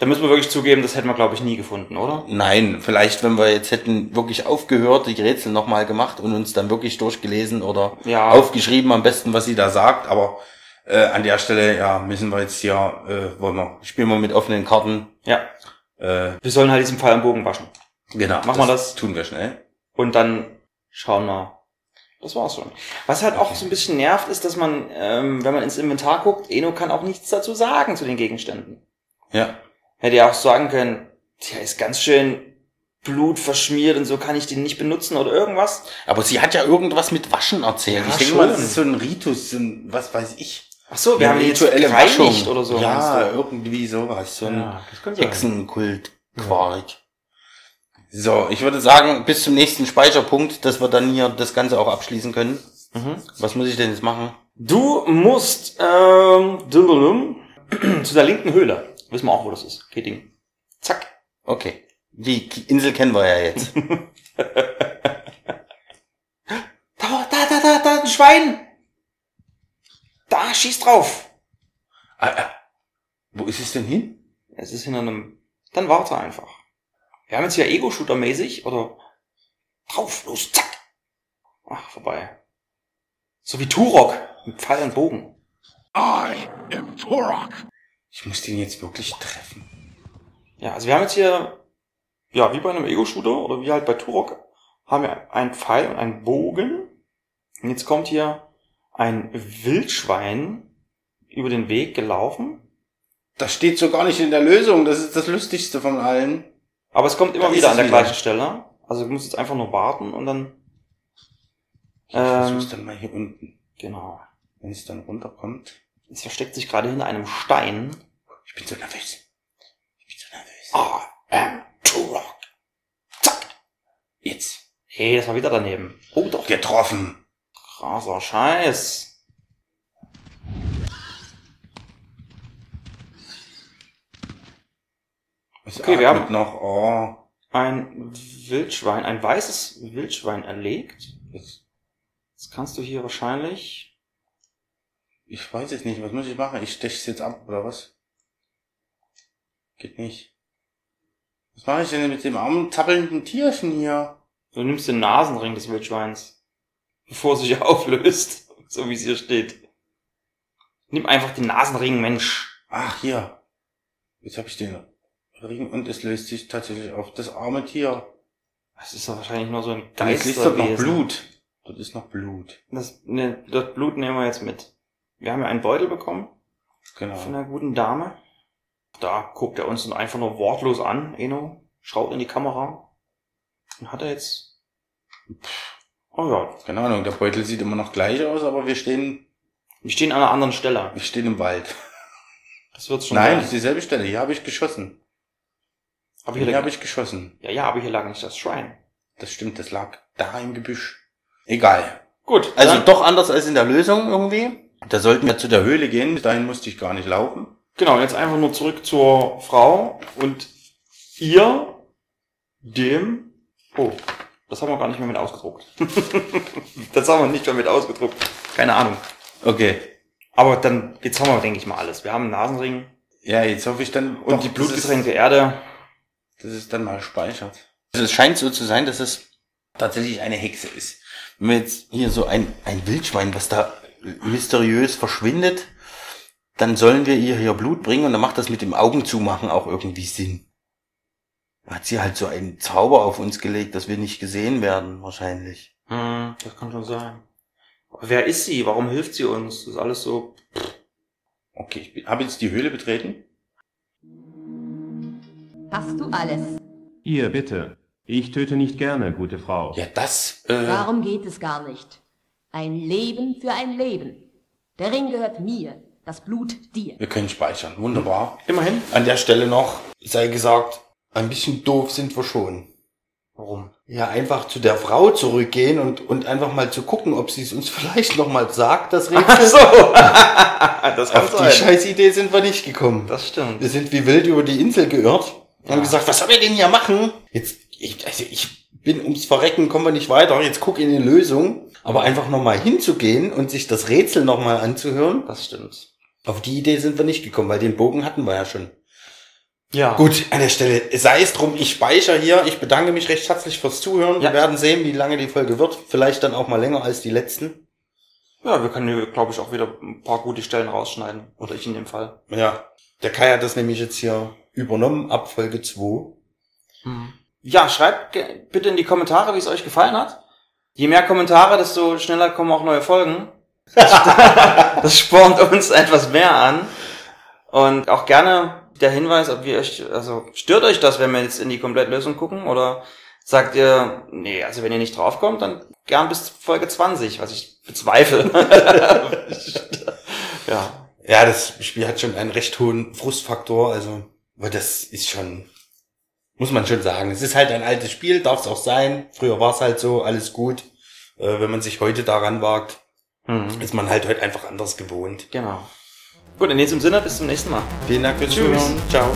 S3: Da müssen wir wirklich zugeben, das hätten wir, glaube ich, nie gefunden, oder?
S2: Nein, vielleicht, wenn wir jetzt hätten wirklich aufgehört, die Rätsel nochmal gemacht und uns dann wirklich durchgelesen oder
S3: Ja.
S2: aufgeschrieben, am besten, was sie da sagt. Aber äh, an der Stelle, ja, müssen wir jetzt hier, äh, wollen wir, spielen wir mit offenen Karten.
S3: Ja.
S2: Äh,
S3: Wir sollen halt diesen Pfeil im Bogen waschen.
S2: Genau,
S3: Machen wir das.
S2: Tun wir schnell.
S3: Und dann schauen wir. Das war's schon. Was halt auch so ein bisschen nervt, ist, dass man, ähm, wenn man ins Inventar guckt, Eno kann auch nichts dazu sagen zu den Gegenständen.
S2: Ja.
S3: Hätte ja auch sagen können, der ist ganz schön blutverschmiert und so kann ich den nicht benutzen oder irgendwas.
S2: Aber sie hat ja irgendwas mit Waschen erzählt.
S3: Ja,
S2: ich denke mal,
S3: schon.
S2: das ist so ein Ritus, so ein, was weiß ich.
S3: Ach so, wir
S2: Eine
S3: haben ihn jetzt
S2: rituelle
S3: gereinigt
S2: Waschung.
S3: oder so,
S2: Ja,
S3: meinst du?
S2: irgendwie sowas. So ein
S3: Ja, das kann sein.
S2: Hexenkult Quark. So, ich würde sagen, bis zum nächsten Speicherpunkt, dass wir dann hier das Ganze auch abschließen können.
S3: Mhm.
S2: Was muss ich denn jetzt machen?
S3: Du musst ähm, dudulum, zu der linken Höhle. Wissen wir auch, wo das ist. Okay, Ding. Zack.
S2: Okay. Die K- Insel kennen wir ja jetzt.
S3: Da, da, da, da, da, ein Schwein! Da, schieß drauf!
S2: Wo ist es denn hin?
S3: Es ist hinter einem. Dann warte einfach. Wir haben jetzt hier Ego-Shooter-mäßig oder drauf, los, zack! Ach, vorbei. So wie Turok mit Pfeil und Bogen.
S11: I am Turok.
S2: Ich muss den jetzt wirklich treffen.
S3: Ja, also wir haben jetzt hier ja, wie bei einem Ego-Shooter oder wie halt bei Turok, haben wir einen Pfeil und einen Bogen. Und jetzt kommt hier ein Wildschwein über den Weg gelaufen.
S2: Das steht so gar nicht in der Lösung. Das ist das Lustigste von allen.
S3: Aber es kommt immer
S2: Da ist
S3: wieder
S2: es
S3: an der
S2: wieder.
S3: gleichen Stelle. Also du musst jetzt einfach nur warten und dann.
S2: Ich versuch's dann mal hier unten.
S3: Ähm, Genau.
S2: Wenn es dann runterkommt.
S3: Es versteckt sich gerade hinter einem Stein.
S2: Ich bin so nervös.
S3: Jetzt. Hey, das war wieder daneben. Oh doch.
S2: Getroffen.
S3: Krasser Scheiß. Okay, wir
S2: atmet Oh,
S3: haben noch ein Wildschwein, ein weißes Wildschwein erlegt. Das kannst du hier wahrscheinlich.
S2: Ich weiß es nicht. Was muss ich machen? Ich stech's jetzt ab, oder was? Geht nicht. Was mache ich denn mit dem armen, zappelnden Tierchen hier?
S3: Du nimmst den Nasenring des Wildschweins, bevor es sich auflöst, so wie es hier steht. Nimm einfach den Nasenring, Mensch.
S2: Ach, hier. Jetzt habe ich den Ring und es löst sich tatsächlich auf. Das arme Tier.
S3: Das ist doch wahrscheinlich nur so ein
S2: Da ist dort noch
S3: Geisterwesen.
S2: Blut. Dort ist noch Blut.
S3: Das, ne, das Blut nehmen wir jetzt mit. Wir haben ja einen Beutel bekommen
S2: Genau.
S3: von einer guten Dame. Da guckt er uns dann einfach nur wortlos an, Eno, schaut in die Kamera. Und hat er jetzt. Oh ja.
S2: Keine Ahnung, der Beutel sieht immer noch gleich aus, aber wir stehen.
S3: Wir stehen an einer anderen Stelle.
S2: Wir stehen im Wald.
S3: Das wird's schon
S2: Nein,
S3: sein.
S2: das ist dieselbe Stelle. Hier habe ich geschossen.
S3: Aber
S2: hier
S3: hier-
S2: habe ich geschossen.
S3: Ja, ja, aber hier lag nicht das Schwein.
S2: Das stimmt, das lag da im Gebüsch. Egal.
S3: Gut.
S2: Also
S3: dann-
S2: doch anders als in der Lösung irgendwie. Da sollten wir zu der Höhle gehen. Bis dahin musste ich gar nicht laufen.
S3: Genau, jetzt einfach nur zurück zur Frau und ihr dem. Oh, das haben wir gar nicht mehr mit ausgedruckt. das haben wir nicht mehr mit ausgedruckt. Keine Ahnung.
S2: Okay.
S3: Aber dann, jetzt haben wir, denke ich mal, alles. Wir haben einen Nasenring.
S2: Ja, jetzt hoffe ich dann.
S3: Und die blutgetränkte Erde.
S2: Das ist dann mal speichert. Also es scheint so zu sein, dass es tatsächlich eine Hexe ist. Wenn wir jetzt hier so ein, ein Wildschwein, was da mysteriös verschwindet, dann sollen wir ihr hier Blut bringen und dann macht das mit dem Augen zumachen auch irgendwie Sinn. Hat sie halt so einen Zauber auf uns gelegt, dass wir nicht gesehen werden, wahrscheinlich.
S3: Hm, das kann schon sein. Aber wer ist sie? Warum hilft sie uns? Das ist alles so.
S2: Okay, ich bin- habe jetzt die Höhle betreten.
S8: Hast du alles?
S6: Ihr, bitte. Ich töte nicht gerne, gute Frau.
S2: Ja, das. äh,
S8: Darum geht es gar nicht. Ein Leben für ein Leben. Der Ring gehört mir, das Blut dir.
S2: Wir können speichern. Wunderbar.
S3: Hm. Immerhin.
S2: An der Stelle noch, sei gesagt, ein bisschen doof sind wir schon.
S3: Warum?
S2: Ja, einfach zu der Frau zurückgehen und, und einfach mal zu gucken, ob sie es uns vielleicht nochmal sagt, das Rätsel. Ach
S3: so. Ah, das kann
S2: Auf
S3: sein.
S2: die scheiß Idee sind wir nicht gekommen.
S3: Das stimmt.
S2: Wir sind wie wild über die Insel geirrt. Wir haben gesagt, was soll wir denn hier machen? Jetzt, ich, also ich bin ums Verrecken, kommen wir nicht weiter. Jetzt guck in die Lösung. Aber einfach nochmal hinzugehen und sich das Rätsel nochmal anzuhören.
S3: Das stimmt.
S2: Auf die Idee sind wir nicht gekommen, weil den Bogen hatten wir ja schon.
S3: Ja.
S2: Gut, an der Stelle, sei es drum, ich speichere hier. Ich bedanke mich recht herzlich fürs Zuhören. Wir werden sehen, wie lange die Folge wird. Vielleicht dann auch mal länger als die letzten.
S3: Ja, wir können hier, glaube ich, auch wieder ein paar gute Stellen rausschneiden. Oder ich in dem Fall.
S2: Ja. Der Kai hat das nämlich jetzt hier übernommen, ab Folge 2.
S3: Mhm. Ja, schreibt ge- bitte in die Kommentare, wie es euch gefallen hat. Je mehr Kommentare, desto schneller kommen auch neue Folgen. Das, das spornt uns etwas mehr an. Und auch gerne der Hinweis, ob wir euch, also stört euch das, wenn wir jetzt in die Komplettlösung gucken? Oder sagt ihr, nee, also wenn ihr nicht draufkommt, dann gern bis Folge 20, was ich bezweifle. ja.
S2: Ja, das Spiel hat schon einen recht hohen Frustfaktor, also, weil das ist schon, muss man schon sagen. Es ist halt ein altes Spiel, darf es auch sein. Früher war es halt so, alles gut. Äh, wenn man sich heute daran wagt,
S3: Mhm.
S2: ist man halt heute einfach anders gewohnt.
S3: Genau. Gut, in diesem Sinne, bis zum nächsten Mal.
S2: Vielen Dank fürs
S3: Tschüss.
S2: Zuhören. Ciao.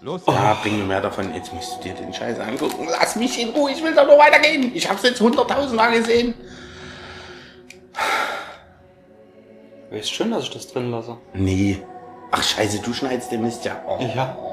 S9: los.
S13: Oh.
S2: Ja, bring mir mehr davon. Jetzt musst du dir den Scheiß angucken. Lass mich in Ruhe, ich will doch nur weitergehen. Ich hab's jetzt hunderttausendmal gesehen.
S3: Wäre schön, dass ich das drin lasse.
S2: Nee. Ach scheiße, du schneidest den Mist ja. Oh.
S3: Ja.